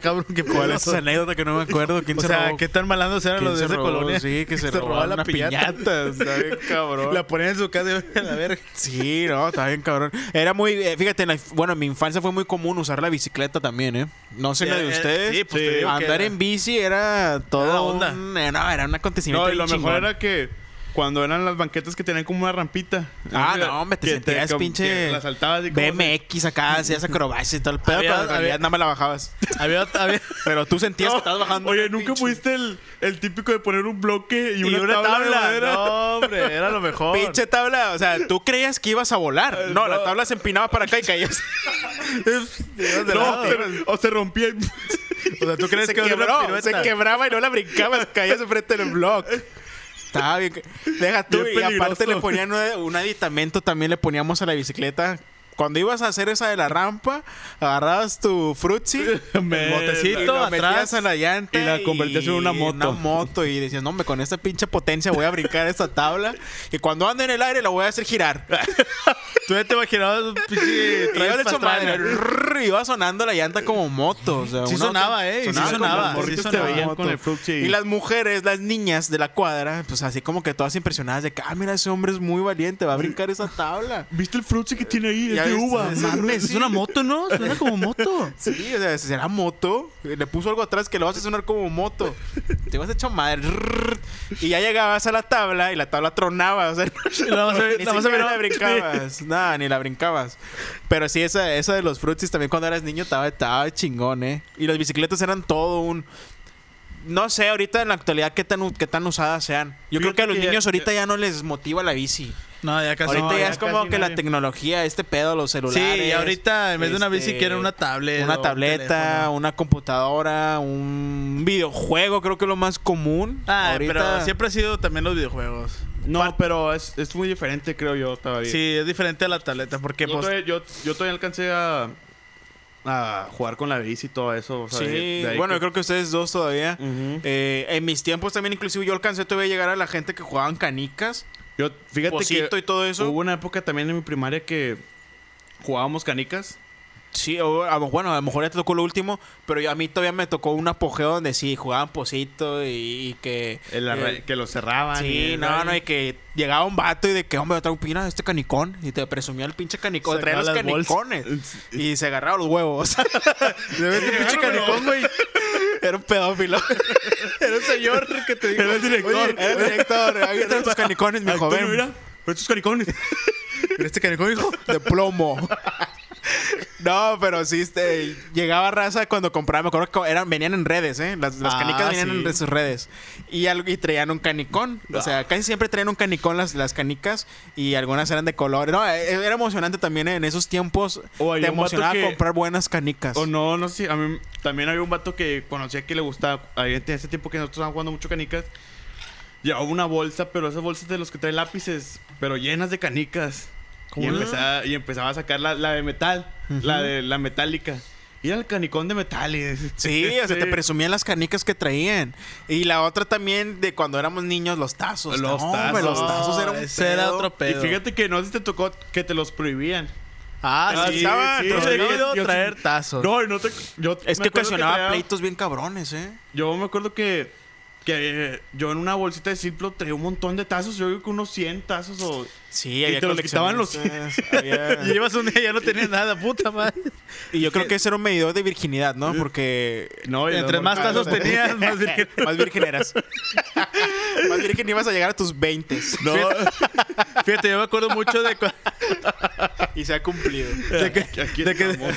A: Cabrón, qué
B: ¿Cuál
A: pedo.
B: es esa anécdota que no me acuerdo? ¿Quién
A: O
B: se
A: sea,
B: robó?
A: ¿qué tan malandros eran
B: ¿Quién
A: los de
B: se
A: esa
B: robó?
A: colonia?
B: Sí,
A: <laughs>
B: que se,
A: Se
B: robó
A: robaba
B: la
A: la
B: piñata.
A: piñata.
B: Está bien
A: <laughs>
B: cabrón.
A: La ponían en su casa <laughs> y a la verga.
B: Sí, no, está bien cabrón. Era muy... eh, fíjate, en la- bueno, en mi infancia fue muy común usar la bicicleta también, ¿eh? No sé
A: Sí,
B: la de
A: eh,
B: ustedes.
A: sí, pues te digo que
B: Andar
A: era-
B: en bici era todo
A: la onda.
B: un... eh, no, era un acontecimiento
C: No, y
B: bien
C: lo mejor
B: chingón.
C: era que cuando eran las banquetas que tenían como una rampita.
B: Ah, no, hombre, te
C: Que
B: sentías
C: que-
B: pinche
C: que La saltabas y como-
B: BMX acá, hacías acrobacias y todo el pedo,
A: Había-
B: pero en realidad
A: había-
B: nada más la bajabas.
A: Había, había,
B: Pero tú sentías
C: No,
B: que estabas bajando.
C: Oye,
B: una
C: nunca
B: pinche-
C: pudiste el, el típico de poner un bloque y
A: y
C: una, tabla. de madera?
A: No, hombre, era lo mejor.
B: Pinche tabla, o sea, tú creías que ibas a volar. No, la tabla se empinaba para acá y caías.
A: Ibas de
C: No,
A: lado.
C: se- o se rompía. y-
A: O sea, ¿tú crees
B: <laughs> se
A: que iba a ser una
B: quebró, se
A: pirueta?
B: quebraba y no la brincabas, caías enfrente del blog. Estaba bien. Deja tú,
C: Bien
B: y aparte
C: peligroso.
B: le ponían un, un aditamento, también le poníamos a la bicicleta. Cuando ibas a hacer esa de la rampa, agarrabas tu <laughs> frutzi,
C: Me-
A: botecito.
B: y lo
A: Atrás.
B: metías a la llanta
C: Y la convertías en una
B: una
C: moto.
B: moto y decías, no, hombre, con esta pinche potencia voy a brincar esta tabla y cuando ande en el aire la voy a hacer <laughs> girar.
A: Tú ya te imaginabas
C: <laughs>
A: un pinche
B: <laughs> Y iba
A: traes
B: de hecho
A: pastrana.
B: madre, rrr, iba sonando la llanta como moto. o sea,
A: Sí
B: una
A: sonaba,
B: otra-
A: eh, sí
B: como
A: sonaba,
B: moto.
A: sí
B: Ahorita
A: sonaba.
B: te veían
C: Con
B: moto.
C: el Fruxy.
B: Y las mujeres, las niñas de la cuadra, pues así como que todas impresionadas de que, ah, mira, ese hombre es muy valiente, va a brincar esa tabla.
C: ¿Viste el frutti que tiene ahí?
B: Ya
C: Es de
B: ves,
C: uva.
B: es- Mames,
A: Es una moto, ¿no? Suena como
C: <laughs>
A: moto.
B: Sí, o sea, será moto. Le puso algo atrás que lo hace sonar como moto. Te vas hecho madre. rrr, Y ya llegabas a la tabla y la tabla tronaba. O sea,
A: nada más se ve-
B: ni
A: nada más se
B: siquiera
A: ve- <laughs>
B: la brincabas. Nada, ni la brincabas. Pero sí, esa, esa de los frutis también cuando eras niño estaba, estaba chingón, ¿eh? Y las bicicletas eran todo un. No sé, ahorita en la actualidad qué tan, u- qué tan usadas sean. Yo creo
C: Fíjate
B: que a los
C: que ya-
B: niños ahorita ya no les motiva la bici.
A: No, ya casi.
B: ahorita
A: eh, no,
B: ya,
A: ya-
B: es como
C: casi
B: que la
C: nadie.
B: tecnología, este pedo, los celulares.
A: Sí, y ahorita en vez de una bici
B: este,
A: quieren una tableta. o
B: una
A: un
B: tableta,
A: teléfono.
B: una computadora, un videojuego, creo que es lo más común.
A: Ah,
B: Ahorita-
A: pero siempre ha sido también los videojuegos.
C: No, pero es, es muy diferente, creo yo, todavía.
A: Sí, es diferente a la tableta porque
C: Yo
A: pues,
C: todavía, yo, yo todavía alcancé a, a jugar con la bici y todo eso. o sea,
B: Sí,
C: de- de ahí
B: bueno,
C: que-
B: yo creo que ustedes dos todavía.
C: Ujú.
B: Eh, en mis tiempos también, inclusive yo alcancé todavía a llegar a la gente que jugaban canicas.
C: Yo, fíjate
B: Pocito
C: que
B: y todo eso.
C: hubo una época también en mi primaria que jugábamos canicas.
B: Sí, o a lo- bueno, a lo mejor ya te tocó lo último, pero yo- a mí todavía me tocó un apogeo donde sí jugaban pocito y, y que.
C: el arra-
B: eh,
C: que lo cerraban.
B: Sí,
C: y-
B: no, no, y que llegaba un vato y de que, hombre, otra opina de este canicón. Y te presumía el pinche canicón.
C: Sacaba
B: Traía los
C: las bolsas.
B: canicones.
C: <laughs>
B: Y <laughs> se agarraba los huevos. Este
C: Le ves el pinche canicón, güey.
B: Era un pedófilo.
C: Era el señor
B: <laughs>
C: que te dijo. Era <laughs> el director.
B: Oye, era el director. Ahí están tus canicones, mi
C: Antonio,
B: joven.
C: mira, mira estos canicones.
B: Pero este canijo, hijo, de plomo. No, pero sí, este, llegaba raza cuando compraba, me acuerdo que eran, venían en redes, ¿eh? Las, las
C: Ah,
B: canicas venían
C: sí. Ah.
B: en sus redes. Y, algo, y traían un canicón. O sea, casi siempre traían un canicón las, las canicas y algunas eran de color. No, eh, era emocionante también ¿eh? en esos tiempos.
C: O
B: te
C: había un vato
B: emocionaba
C: que-
B: comprar buenas canicas.
C: O no, no sé. A mí también había un vato que conocía que le gustaba. Ahí en ese tiempo que nosotros estábamos jugando mucho canicas. Llevaba una bolsa, pero esas bolsas de los que trae lápices, pero llenas de canicas. Y
A: Ah.
C: empezaba, y empezaba a sacar la, la de metal, la de la metálica. Y era el canicón de metales.
B: Sí, o
C: <laughs>
B: sea, te presumían las canicas que traían. Y la otra también de cuando éramos niños, los tazos.
C: Los
B: No, hombre,
C: tazos.
B: los tazos eran un
A: Ese era
B: pedo.
A: otro
C: Y
A: pedo.
C: fíjate que no sé si te tocó que te los prohibían.
B: Ah, sí,
C: sí,
B: estaban.
C: sí,
B: los-
C: sí.
A: prohibido
C: yo-
A: traer tazos.
C: No, y no te. Yo me
B: Es que
C: acuerdo
B: ocasionaba
C: traía-
B: pleitos bien cabrones, ¿eh?
C: Yo me acuerdo que, que eh, yo en una bolsita de Ziploc traía un montón de tazos. Yo creo que unos 100 tazos o.
B: Sí,
C: había
B: coleccionistas,
A: <laughs> Y
B: había-
A: llevas un día ya no tenías nada, puta madre.
B: Y yo creo que ese era un medidor de virginidad, ¿no? Porque
A: <laughs>
C: No, y
A: Entre
C: los
A: más
C: mortales,
A: tazos tenías, más virgen.
B: <laughs> más virgen eras. más virgen ibas a llegar a tus 20
A: No. Fíjate, yo me acuerdo mucho de, cua-
B: y se ha cumplido.
A: de que
C: <laughs> Aquí- aquí
A: de que-
C: estamos.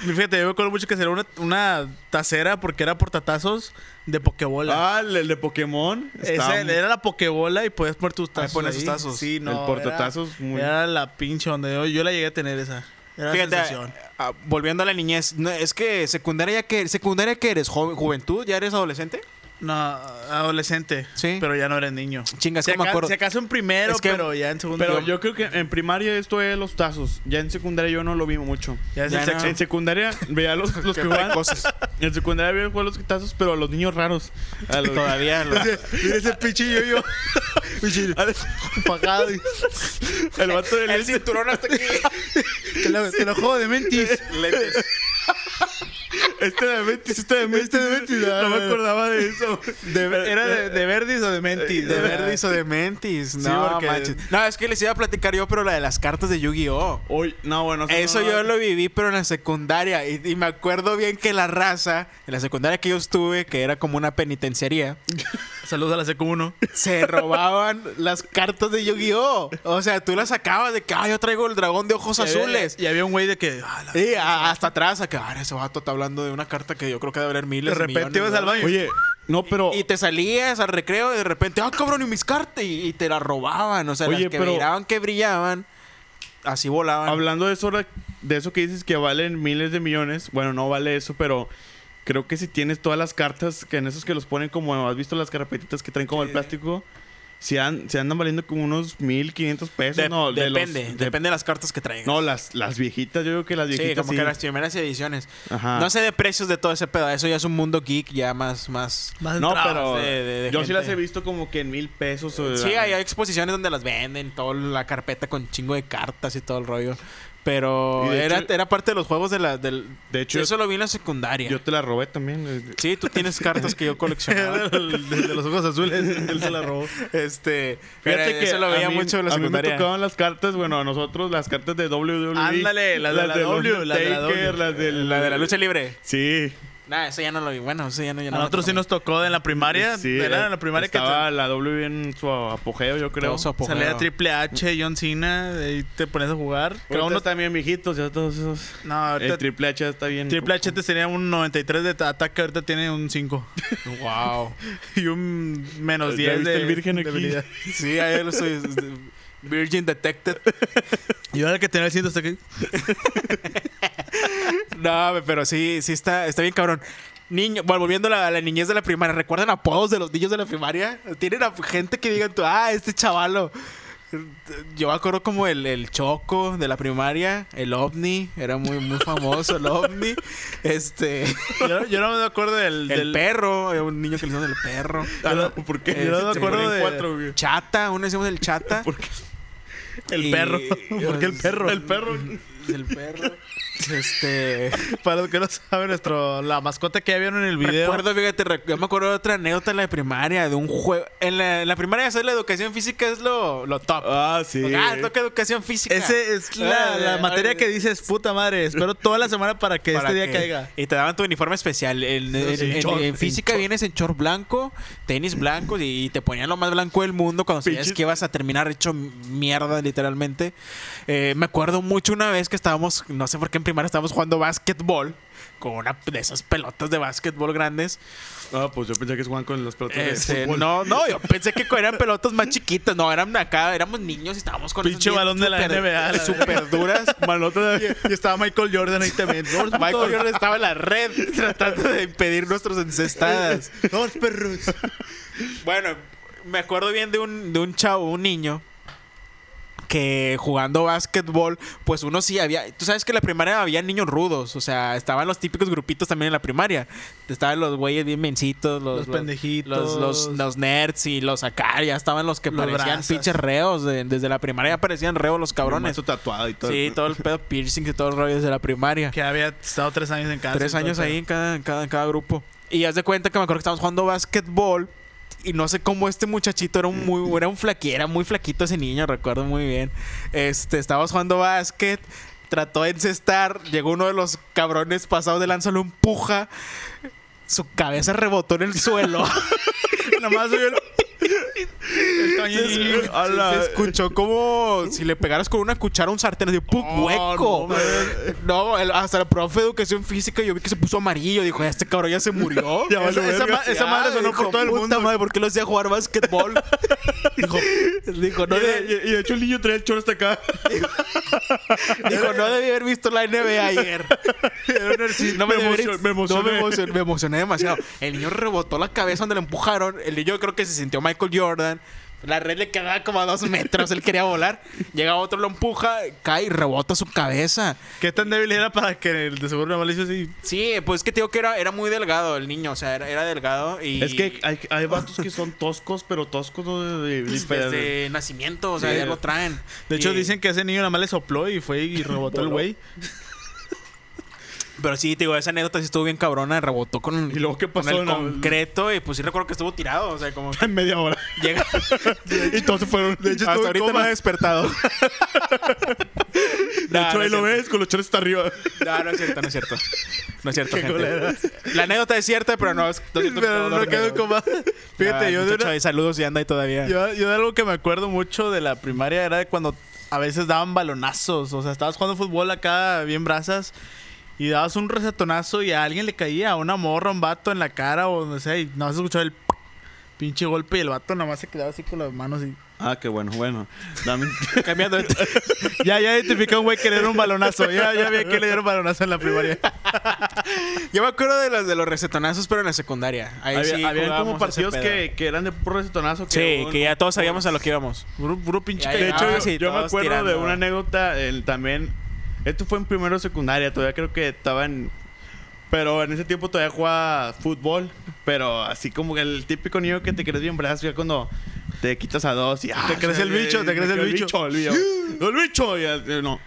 A: Fíjate, yo me acuerdo mucho que sería una, una tacera porque era portatazos de pokebola.
C: Ah, el, el de Pokémon.
A: Esa
C: estaba
A: era la pokebola y podías poner tus tazos.
B: ponías tus
A: ahí.
B: tazos.
A: Sí, no.
C: El
A: era-
C: portatazos, muy-
A: Era la pinche donde yo, yo la llegué a tener esa. Era
B: Fíjate,
A: la sensación.
B: a- a- volviendo a la niñez, no, es que secundaria ya que secundaria que eres joven, juventud, ya eres adolescente?
A: No, adolescente.
B: Sí.
A: Pero ya no eres niño.
B: Chingas,
A: Se,
B: que me
A: aca-
B: acuerdo.
A: se acaso en primero,
B: Es que-
A: pero ya en segundo.
C: Pero yo creo que en primaria esto es los tazos. Ya en secundaria yo no lo vi mucho.
A: ya es
B: ya
A: el
B: no.
A: sexo.
C: En secundaria
A: <laughs>
C: veía los, los que jugaban.
B: cosas.
C: En secundaria veía jugar los tazos, pero a los
A: <laughs>
C: niños raros. A <laughs> los-
B: Pues Todavía lo-
A: Mira ese pinche yo, yo. <laughs> Pinche- Pagado. y-
C: El vato del este.
B: el cinturón hasta aquí.
A: Te lo, te lo juego de mentis.
B: Lentes.
C: Este de Mentis, este de Mentis. no me acordaba de eso.
A: ¿Era de, de verdis o de mentis?
B: <laughs> De verdis o de mentis. No,
A: porque-
B: manches. No, es que les iba a platicar yo, pero la de las cartas de Yu-Gi-Oh!
C: Hoy, no, bueno,
B: Eso
C: no, no.
B: yo lo viví, pero en la secundaria. Y, y me acuerdo bien que la raza, en la secundaria que yo estuve, que era como una penitenciaría,
A: <laughs> Saludos a la CQ1.
B: se robaban las cartas de Yu-Gi-Oh! O sea, tú las sacabas de que, ah, yo traigo el dragón de ojos
A: Y había-
B: azules.
A: Y había un güey de que. "Ah, la-
B: Y a- hasta atrás, acá, "Ah, ese vato está hablando de una carta que yo creo que debe haber miles
A: De repente
B: millones,
A: ibas al
B: ¿no?"
A: baño.
C: Oye, no, pero.
B: Y te salías al recreo y de repente, ah, cabrón, y mis cartas. Y, y te las robaban. O sea,
C: Oye,
B: las que
C: pero-
B: miraban que brillaban, así volaban.
C: Hablando de eso, ahora- de eso que dices que valen miles de millones, bueno, no vale eso, pero creo que si tienes todas las cartas, que en esos que los ponen como, ¿has visto las carpetitas que traen como el plástico? Se, an- se andan valiendo como unos 1500 pesos,
B: De-
C: no, de los-
B: depende,
C: de-
B: depende de las cartas que traigan.
C: No, las, las viejitas, yo creo que las
B: sí,
C: viejitas.
B: como que las primeras ediciones.
C: Ajá.
B: No sé de precios de todo ese pedo. Eso ya es un mundo geek, ya más, más.
A: Más
C: No,
A: entradas".
C: pero
B: de- de- de
C: yo sí
B: gente.
C: las he visto como que en mil pesos. o-
B: Sí, hay, hay exposiciones donde las venden, toda la carpeta con chingo de cartas y todo el rollo. Pero
C: Y de
B: era,
C: hecho-
B: era parte de los juegos de la, del.
C: De hecho,
B: Eso lo vi en la secundaria.
C: yo te la
A: <laughs>
C: robé también. eh,
B: Sí, tú tienes cartas que yo
C: <laughs>
B: coleccionaba.
A: El de de los ojos azules. Él se la robó.
B: este. Fíjate que eso lo
C: a
B: veía
C: mí-
B: mucho en la
C: a mí
B: secundaria.
C: me tocaban las cartas, bueno, a nosotros las cartas de E, WWE.
A: Ándale, las de la
C: del
A: W, las de la
C: Undertaker,
A: W.
C: las del-
B: La de la lucha libre.
C: Sí.
B: Nah, eso ya no lo vi. Bueno, eso ya no. Ya
A: A
B: no me
A: nosotros sí
B: tocó.
A: nos tocó en la primaria.
C: Sí, eh,
A: era en la primaria que
C: estaba la W en su apogeo, yo creo.
B: Todo su apogeo.
A: salía Triple H, John Cena. Y te ponías a jugar.
C: Pero
A: Creo
C: uno
A: uno-
C: también viejitos, ya todos esos.
A: No,
C: El
A: ahorita.
C: Triple H está bien.
A: Triple H antes tenía un 93 de ta- ataque, ahorita tiene un 5.
C: <laughs>
B: Wow.
A: <laughs> Y un menos 10
C: ¿Ya viste
A: de
C: el virgen aquí?
A: debilidad.
B: Sí, ahí lo estoy. Virgin Detected.
A: Yo era el que tenía el 100 hasta que...
B: No, pero sí, sí está, está bien cabrón. Niño, bueno, volviendo a la, a la niñez de la primaria, ¿recuerdan apodos de los niños de la primaria? ¿Tienen a gente que digan tú, ah, este chavalo? Yo me acuerdo como el, el Choco de la primaria, el OVNI, era muy, muy famoso el OVNI. Este,
A: Yo, no- yo no me acuerdo del.
B: el
A: del-
B: perro, había un niño que le hicieron el perro. este,
C: Ah, no, ¿Por qué?
B: Yo no me
C: Se
B: acuerdo
C: ponen
A: de-
C: cuatro, güey.
B: Chata, uno decimos el chata.
C: ¿Por qué?
A: el
B: y- <laughs>
A: perro. ¿Por qué el perro?
C: El perro.
B: El perro. Este.
A: Para los que no saben, nuestro, la mascota que ya vieron en el video.
B: Recuerdo, fíjate, rec- yo me acuerdo de otra anécdota en la primaria, de un juego. En la, en la primaria, hacer la educación física es lo, lo top.
C: Ah, sí.
B: Ah, toca educación física.
A: Ese es la,
B: Ah,
A: la
B: ah,
A: materia
B: ah,
A: que dices, puta madre, espero toda la semana para que
B: para
A: este día
B: que-
A: caiga.
B: <laughs> Y te daban tu uniforme especial. En, en-
A: Sí,
B: en-
A: short,
B: en
A: en
B: física
A: short.
B: vienes en short blanco, tenis blancos y, y te ponían lo más blanco del mundo cuando sabías
C: Pinches-
B: que ibas a terminar hecho mierda, literalmente. Eh, me acuerdo mucho una vez que estábamos, no sé por qué en primaria estábamos jugando básquetbol con una de esas pelotas de básquetbol grandes.
C: Ah, pues yo pensé que es Juan con las pelotas
B: Este,
C: de fútbol.
B: no, no, yo pensé que eran pelotas más chiquitas. No, eran acá, éramos niños y estábamos con
A: Pinche
B: esas bien
A: balón de la
B: súper-
A: NBA, la <laughs>
B: Súper duras.
C: Malota de...
A: Y estaba Michael Jordan ahí
B: <laughs>
A: también.
B: Michael Jordan estaba en la red <laughs> tratando de impedir nuestros encestadas.
A: Dos perros.
B: Bueno, me acuerdo bien de un, de un chavo, un niño, que jugando básquetbol, pues uno sí había. Tú sabes que en la primaria había niños rudos, o sea, estaban los típicos grupitos también en la primaria. Estaban los güeyes bien mencitos, los,
A: Los pendejitos.
B: Los, los, los nerds y los acá, ya estaban los que
A: Los
B: parecían
A: brazas.
B: pinches reos. de- desde la primaria ya parecían reos los cabrones.
C: Su tatuado y todo.
B: Sí, todo el pedo piercing y todo el rollo desde la primaria.
A: Que había estado tres años en casa.
B: Tres años ahí en cada, en cada, en cada grupo. Y haz de cuenta que me acuerdo que estábamos jugando básquetbol. Y no sé cómo este muchachito era un <clears throat> muy, era un flaqui- era muy flaquito ese niño, recuerdo muy bien. Este, estábamos jugando básquet, trató de encestar, llegó uno de los cabrones pasados de lanza, lo empuja, su cabeza rebotó en el <laughs> suelo.
A: Nomás soy el.
B: Se-
A: el
B: Se <laughs> escuchó como si le pegaras con una cuchara a un sartén, así, ¡pum!
A: Oh,
B: hueco.
A: no,
B: <laughs> No, el- hasta el profe de educación física yo vi que se puso amarillo. Dijo, este cabrón <laughs> ya se murió.
A: Ya valió
B: esa, esa
A: verga.
B: ma- esa
A: Ya,
B: madre sonó
A: dijo,
B: por todo el
A: "Puta
B: mundo. madre, ¿por qué lo hacía jugar <laughs> básquetbol? dijo, dijo, no
C: Y
B: de-
C: de, y- y de hecho el niño trae el chorro hasta acá.
B: Dijo, no debí haber visto la
C: <laughs>
B: NBA ayer. No me,
C: Me
B: debí-
C: emocioné, me
B: no
C: emocioné.
B: me emocioné, me emocioné demasiado. El niño rebotó la cabeza donde le empujaron. El niño creo que se sintió Michael Jordan. La red le quedaba como a dos metros. Él quería volar. Llega otro, lo empuja, cae y rebota su cabeza.
A: ¿Qué tan débil era para que de seguro nomás le hizo así?
B: Sí, pues que te digo que era, era muy delgado el niño. O sea, era, era delgado y...
C: Es que ah, hay, hay vatos que son toscos, pero toscos no de, de-
B: Pues,
C: de-
B: Desde nacimiento, o sea,
C: Sí.
B: ya lo traen.
A: De hecho,
B: Y-
A: dicen que ese niño nada más le sopló y fue y rebotó el güey.
B: Pero sí, te digo, esa anécdota sí estuvo bien cabrona. Rebotó con,
C: ¿Y luego qué
B: con
C: pasó?
B: el
C: No,
B: concreto y pues sí recuerdo que estuvo tirado. O sea, como que
C: En media hora.
B: llega...
C: Y todos se fueron. De hecho,
B: Hasta ahorita no ha despertado. <laughs>
C: De hecho, ahí lo ves con los chores hasta arriba.
B: No, no es cierto, no es cierto. No es cierto, gente. La anécdota es cierta, pero no es. no es cierto
A: <laughs>
B: que
A: Pero
B: no
A: no
B: dormido.
A: quedó como.
B: Ah,
A: Fíjate, yo de
B: muchacho,
A: una,
B: ahí saludos y anda ahí todavía.
A: Yo, yo de algo que me acuerdo mucho de la primaria era de cuando a veces daban balonazos. O sea, estabas jugando fútbol acá bien brasas y dabas un resetonazo y a alguien le caía, a una morra, a un vato en la cara o no sé, y no se escuchaba el <laughs> pinche golpe y el vato nomás se quedaba así con las manos y...
C: Ah, qué bueno, bueno. Dame.
B: <laughs> Cambiando de tema.
A: Ya, ya identificó a un güey que le dieron un balonazo. Ya, ya vi que le dieron balonazo en la primaria.
B: Yo me acuerdo de los de los resetonazos, pero en la secundaria. Ahí
C: Había,
B: sí
C: habían
B: jugábamos
C: como
B: ese
C: partidos
B: pedo.
C: que, que eran de puro resetonazo.
B: Sí,
C: un-
B: que ya todos sabíamos a lo que íbamos.
A: Puro, puro pinche...
B: Ya,
A: ca-
C: De hecho,
B: Ah,
C: yo,
B: sí,
C: yo me
B: todos
C: acuerdo de
B: tirando.
C: una anécdota el- también. Esto fue en primero de secundaria, todavía creo que estaba en. Pero en ese tiempo todavía jugaba fútbol. Pero así como el típico niño que te crees bien brazo, ya cuando te quitas a dos y. ah,
A: Te crees el
C: se-
A: bicho, te
C: me
A: crees el
C: quedó
A: bicho.
C: El bicho, el bicho. y así,
B: eh,
C: no.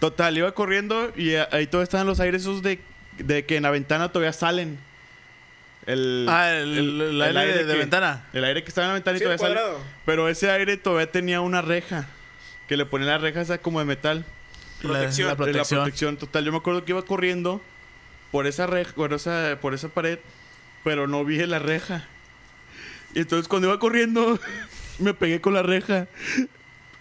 C: Total, iba corriendo y eh, ahí todo estaban los aires esos de, de que en la ventana todavía salen. El,
A: Ah, el, el aire de, de
C: que-
A: ventana.
C: El aire que estaba en la ventana y
B: Sí,
C: todavía sale.
B: cuadrado.
C: Pero ese aire todavía tenía una reja. Que le ponían la reja esa como de metal.
A: La-
B: Protección.
A: La,
B: La
A: protección.
C: La protección total. Yo me acuerdo que iba corriendo por esa reja, por esa, por esa pared, pero no vi la reja. Y entonces cuando iba corriendo, <laughs> me pegué con la reja.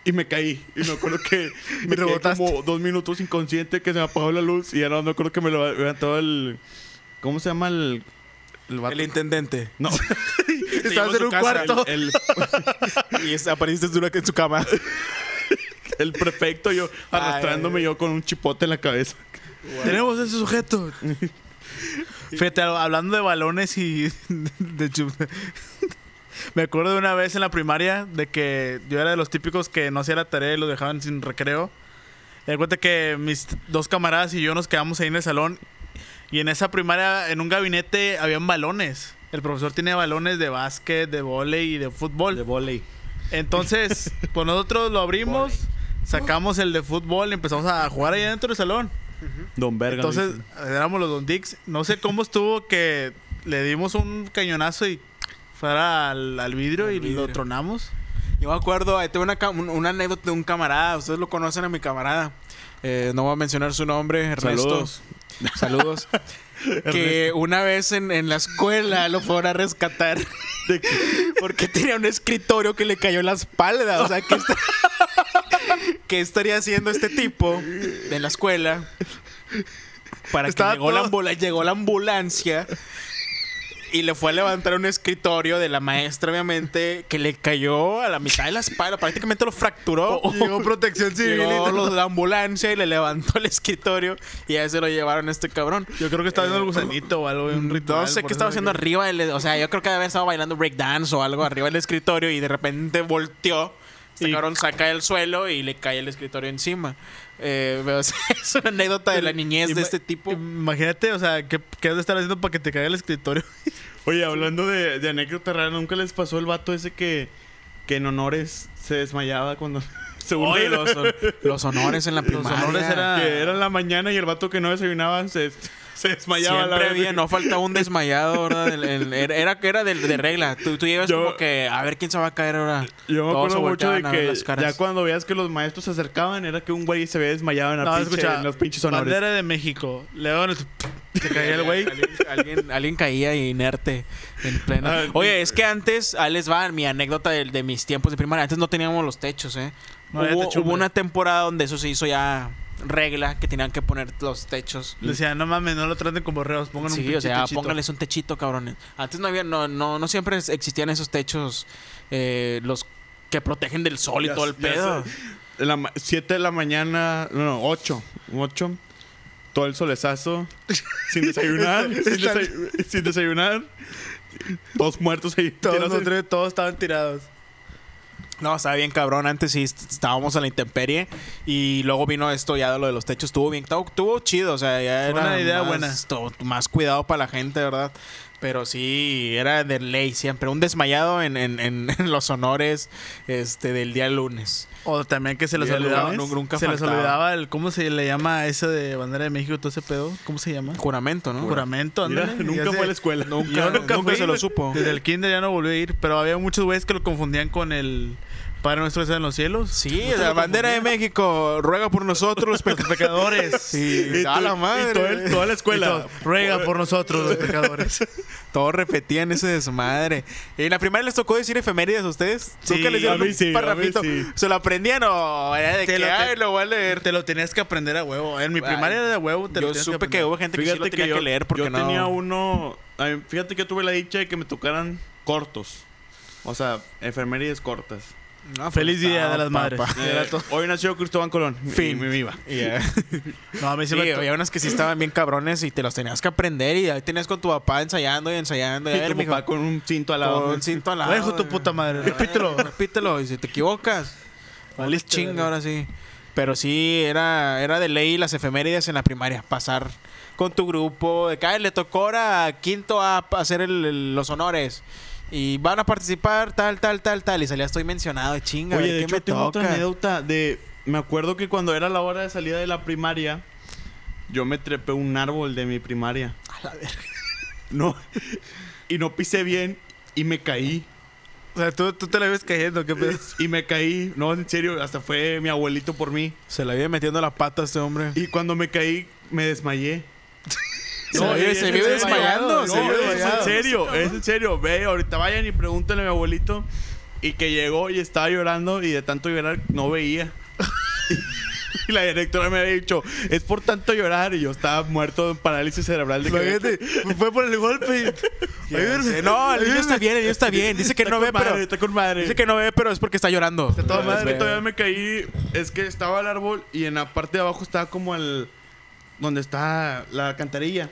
C: Y me caí. Y me acuerdo
A: <laughs>
C: que me quedé
A: Rebotaste.
C: como dos minutos inconsciente que se me apagó la luz. Y ya no me acuerdo que me lo- levantó el. ¿Cómo se llama el. El, vato?
B: El intendente.
C: <laughs>
A: <laughs>
C: No.
B: llevó
A: Estabas
B: a
A: en
B: su
A: un
B: casa,
A: cuarto.
C: el,
B: Y es- apareciste tú en su cama.
C: el
A: <laughs>
C: prefecto, yo arrastrándome yo con un chipote en la cabeza.
A: Tenemos ese sujeto. <laughs> Fíjate, hab- hablando de balones y de, chu- Me acuerdo de una vez en la primaria de que yo era de los típicos que no hacía la tarea y los dejaban sin recreo. Y de cuenta que mis dos camaradas y yo nos quedamos ahí en el salón. Y en esa primaria, en un gabinete, habían balones. El profesor tiene balones de básquet, de volei y de fútbol.
C: De volei.
A: Entonces, pues nosotros lo abrimos, sacamos el de fútbol y empezamos a jugar ahí dentro del salón.
C: Don Verga.
A: Entonces,
C: dicen.
A: éramos los Don Dicks. No sé cómo estuvo que le dimos un cañonazo y fuera al, al vidrio
B: Al
A: y
B: vidrio.
A: lo
B: <laughs>
A: tronamos.
B: Yo me acuerdo, ahí tengo una, ca- un- una anécdota de un camarada. Ustedes lo conocen a mi camarada. Eh, no voy a mencionar su nombre, Ernesto.
C: Saludos.
B: <laughs>
A: <laughs>
B: Saludos. que una vez en, en la escuela lo fueron
A: <laughs>
B: a rescatar. Porque tenía un escritorio que le cayó en la espalda. O sea, ¿qué, está- <laughs> ¿qué estaría haciendo este tipo en la escuela? Para que
A: Estaba
B: llegó la,
A: todo-
B: ambula- llegó la ambulancia y le fue a levantar un escritorio de la maestra, obviamente, que le cayó a la mitad de la espalda. Prácticamente lo fracturó.
A: Llegó protección civil. y
B: Llegó
A: todo.
B: los de la ambulancia y le levantó el escritorio y a ese lo llevaron a este cabrón.
A: Yo creo que estaba haciendo el gusanito o algo, un ritual.
B: Eh, No sé
A: Mm, por
B: qué estaba
A: eso
B: haciendo
A: que-
B: arriba del... e, O sea, yo creo que había estado bailando breakdance o algo arriba del escritorio y de repente volteó. Este
A: Y-
B: cabrón saca del suelo y le cae el escritorio encima. Eh, <laughs> pero, o sea, es una anécdota de la niñez de
A: Ima-
B: este tipo.
A: Imagínate, o sea, ¿qué, qué has de estar haciendo para que te caiga el
C: <laughs>
A: escritorio?
C: Oye, hablando de, de anécdota rara, ¿nunca les pasó el vato ese que, que en honores se desmayaba cuando... <laughs> Según
B: Oye,
C: él,
B: los, los honores en la primaria.
A: honores era-
C: que era en la mañana y el vato que no desayunaba se, se desmayaba. a la
B: Siempre
C: vez.
B: había, no faltaba un desmayado, ¿verdad? El- el- era era que era de, de regla. Tú, tú llegas
C: Yo-
B: como que a ver quién se va a caer ahora.
C: Yo me
B: Todos se
C: acuerdo mucho de
B: volteaban a ver
C: que
B: las caras.
C: ya cuando veías que los maestros se acercaban era que un güey se había desmayado en, la
A: No,
C: pinche-
A: escucha,
C: en los pinches honores.
A: bandera de México. León, <laughs> te caía el
B: <laughs>
A: güey.
B: Alguien, alguien- alguien caía inerte en pleno.
C: Ah,
B: Oye, es que antes, ahí les va mi anécdota de, de mis tiempos de primaria. Antes no teníamos los techos, ¿eh?
A: No había
B: hubo,
A: techumbre.
B: hubo una temporada donde eso se hizo ya regla, que tenían que poner los techos.
A: Le decía, no mames, no lo traten como reos, pongan un
B: Sí,
A: pinche
B: o sea,
A: techito".
B: pónganles un techito, cabrones. Antes no había, no, no, no siempre es- existían esos techos, eh, los que protegen del sol y
C: Ya-
B: todo el
C: ya
B: pedo.
C: sé. De la ma- siete de la mañana, no, no, 8. 8. Todo el solezazo.
B: <laughs>
C: sin desayunar. sin,
A: Están-
C: desay- sin desayunar. Dos muertos ahí.
A: Todos,
C: tirados en-
A: nosotros- todos estaban tirados.
B: No, estaba bien cabrón. Antes sí est- estábamos a la intemperie. Y luego vino esto ya de lo de los techos. Estuvo bien, estuvo, estuvo chido. O sea, ya
A: Fue
B: era
A: una idea
B: más,
A: buena.
B: to- más cuidado para la gente, ¿verdad? Pero sí, era de ley siempre. Un desmayado en, en- en- <laughs> en los honores este, del día lunes.
A: O también que se les
C: ¿Y el
A: olvidaba.
C: lunes?
A: nu-
B: Nunca
A: se les
B: faltaba.
A: olvidaba el. ¿Cómo se le llama eso de bandera de México? Todo ese pedo. ¿Cómo se llama?
B: Juramento, ¿no?
A: Juramento,
C: Mira,
A: ándale.
C: nunca
A: Ya
C: fue
A: sé.
C: a la escuela.
B: Nunca,
A: Yo nunca,
B: nunca
A: fui,
B: se lo supo.
A: Desde el kinder ya no volví a ir, pero había muchos güeyes que lo confundían con el Padre Nuestro que está en los cielos.
B: Sí, la bandera de México ruega por nosotros
A: <laughs>
B: los
A: Los pecadores.
B: Sí,
C: Y
B: a
C: tú-
B: la
C: y
B: madre.
C: todo el- toda la
A: Y
C: escuela.
A: todo, Ruega por nosotros los pecadores.
B: Todos repetían ese desmadre. En la primaria les tocó decir efemérides a ustedes.
A: Sí,
B: Nunca les dieron
C: a mí
B: un
C: sí, a mí
B: parrafito.
C: sí.
B: ¿Se lo aprendían o era de
A: Te
B: que,
A: lo que-
B: ay, lo voy a leer?
A: Te lo tenías que aprender a huevo. En mi primaria
B: Ay,
A: era de huevo. Te lo
B: Yo
A: tenías
B: supe que,
A: aprender.
B: hubo gente que sí lo
C: Fíjate
B: tenía que,
C: yo,
B: leer porque
C: yo
B: no.
C: tenía uno. a mí- Fíjate que yo tuve la dicha de que me tocaran cortos. O sea, enfermerías cortas.
B: No, pues,
A: Feliz Día
B: no,
A: de las Madres.
B: <laughs> papá.
A: Era
C: Eh,
A: todo.
C: hoy nació Cristóbal Colón.
B: Fin.
C: Y me viva.
B: Yeah.
A: No, a mí se
B: Sí,
A: me to-
B: había unas que sí estaban bien cabrones y te los tenías que aprender y ahí tenías con tu papá ensayando y ensayando. Y, a
C: Y
B: ver,
C: tu
B: mijo,
C: papá con un cinto al lado.
B: con un cinto al
A: Ay,
B: lado.
A: hijo de tu puta
B: <laughs>
A: madre,
B: Ay,
A: repítelo.
B: Repítelo y si te equivocas. Vale
A: Valiste,
B: chinga
A: verga.
B: ahora sí. Pero sí, era, era de ley las efemérides en la primaria. Pasar con tu grupo. De que "Ay, le tocó ahora a quinto a hacer el- el- los honores. Y van a participar tal, tal, tal, tal. Y salía estoy mencionado. Chinga,
C: Oye,
B: a
C: de
B: ver, ¿qué
C: hecho,
B: me
C: tengo otra
B: toca?
C: anécdota de... Me acuerdo que cuando era la hora de salida de la primaria, yo me trepé un árbol de mi primaria.
B: A la verga.
C: No. Y no pisé bien y me caí.
A: O sea, tú, tú te la ves cayendo. ¿Qué
B: <laughs>
A: pedo?
C: Y me caí. No, en serio, hasta fue mi abuelito por mí.
B: Se le viene metiendo la pata a este hombre.
C: Y cuando me caí, me desmayé.
B: Se
C: No,
B: vive-
C: es-
B: se
C: es-
B: vive
C: es-
B: desmayando,
C: no,
B: se vive
C: es en
B: desmayando.
C: serio, es en serio. Ve, ahorita vayan y pregúntenle a mi abuelito. Y que llegó y estaba llorando y de tanto llorar no veía. <laughs> y la directora me había dicho, es por tanto llorar. Y yo estaba muerto de parálisis cerebral. De que-
A: Imagínate, fue por el
B: <laughs>
A: golpe.
B: Ya
A: Ayúdenme.
B: sé. No, el niño está bien, el niño está bien. Dice que
C: Está
B: no
C: con
B: ve,
C: madre,
B: pero.
C: Está con madre.
B: Dice que no ve, pero es porque está llorando.
A: toda
C: No, es que
A: madre.
C: todavía me caí. Es que estaba el árbol y en la parte de abajo estaba como el. donde está la alcantarilla.